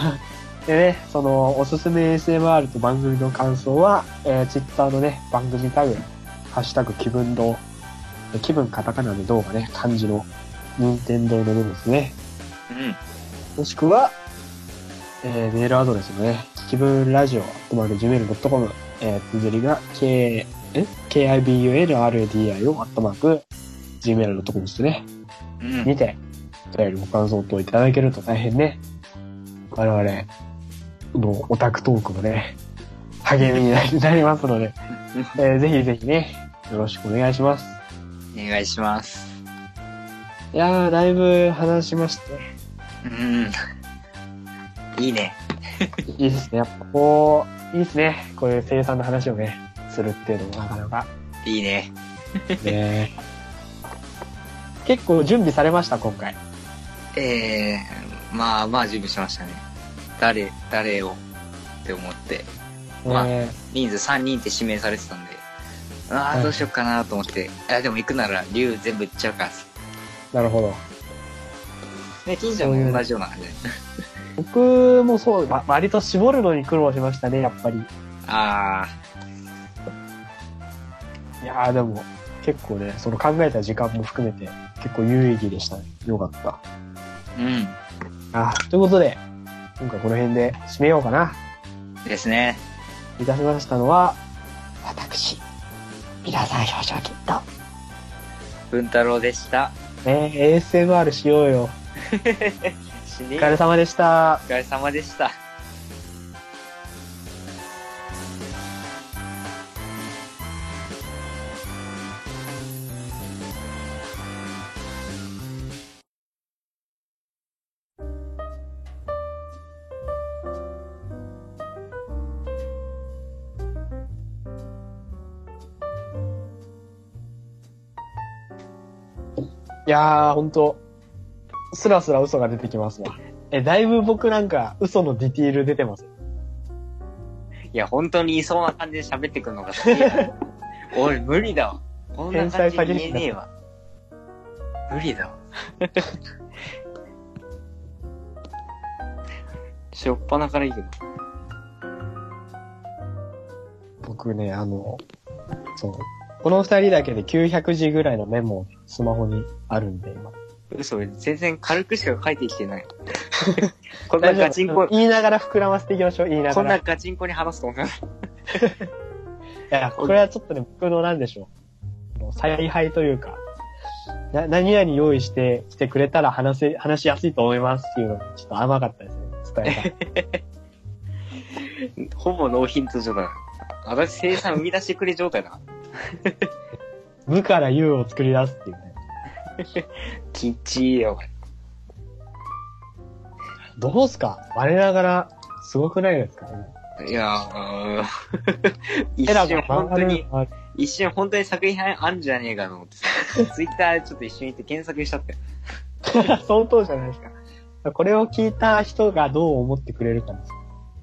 S1: でね、その、おすすめ ASMR と番組の感想は、えー、Twitter のね、番組タグ、ハッシュタグ気分堂、え気分カタカナで動画ね、漢字の、任天堂の部分ですね。
S2: うん。
S1: もしくは、えー、メールアドレスのね、気分ラジオ、とまる gmail.com、えー、綴りが、k、え ?kibunradio、アットマーク、gmail.com ですね。
S2: うん。
S1: にて、お便りご感想等いただけると大変ね、我々のオタクトークもね、励みになりなります ので、えーぜひぜひね、よろしくお願いします。
S2: お願いします。
S1: いやー、だいぶ話しましたね。
S2: うん。いいね。
S1: いいですね。やっぱこう、いいですね。こういう生産の話をね、するっていうのもなか なか。
S2: いいね。
S1: ね結構準備されました、今回。
S2: えー、まあまあ準備しましたね。誰、誰をって思って。まあ
S1: ね
S2: 人数3人って指名されてたんで、あ
S1: は
S2: あ、
S1: い
S2: どうしよっかなと思って、あでも行くなら竜全部行っちゃうから。
S1: なるほど。
S2: ね、金ちゃんも同じような感じで。
S1: 僕もそう、わ割と絞るのに苦労しましたね、やっぱり。
S2: あ
S1: いやーでも、結構ね、その考えた時間も含めて、結構有意義でしたね。よかった。
S2: あ、う
S1: あーということで、今回この辺で締めようかな。
S2: ん。ですね。
S1: いたしましたのは、私、皆さん表彰キット。
S2: 文太郎でした。
S1: ねえ ASMR しようよ。
S2: 死
S1: お
S2: ね
S1: 疲れ様でした。
S2: お疲れ様でした。
S1: いやー、ほんと、スラスラ嘘が出てきますわ。え、だいぶ僕なんか嘘のディティール出てます。
S2: いや、本当にいそうな感じで喋ってくるのが好き や。俺、無理だわ。こんな感じで言えねえわ。無理だわ。しょっぱなからいいけど。
S1: 僕ね、あの、そう。この二人だけで900字ぐらいのメモ、スマホにあるんで、今。
S2: 嘘、俺全然軽くしか書いてきて ない。こんなガチンコ、
S1: 言いながら膨らませていきましょう、言いな
S2: こ
S1: が
S2: ん
S1: ら。
S2: ないガチンコに話すと思う。
S1: や、これはちょっとね、僕のなんでしょう。もう采配というか、な、何々用意してきてくれたら話せ、話しやすいと思いますっていうのがちょっと甘かったですね、伝え
S2: ほぼノーヒント状態だ。私、生産生み出してくれ状態だな。
S1: た。無から有を作り出すっていうね。
S2: きっちーよ、
S1: どうすか我ながら、すごくないですか
S2: お前いやー、うーん一瞬本当に。
S1: あ
S2: 一瞬本当に作品あんじゃねえかと思ってさ、ツイッターちょっと一緒に行って検索しちゃって。
S1: る相当じゃないですか。これを聞いた人がどう思ってくれるかです。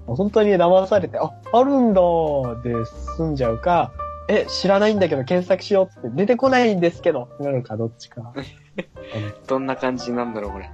S1: もう本当に騙されて、あ、あるんだで済んじゃうか、え、知らないんだけど検索しようっつって出てこないんですけどってなるか、どっちか。
S2: どんな感じなんだろう、これ。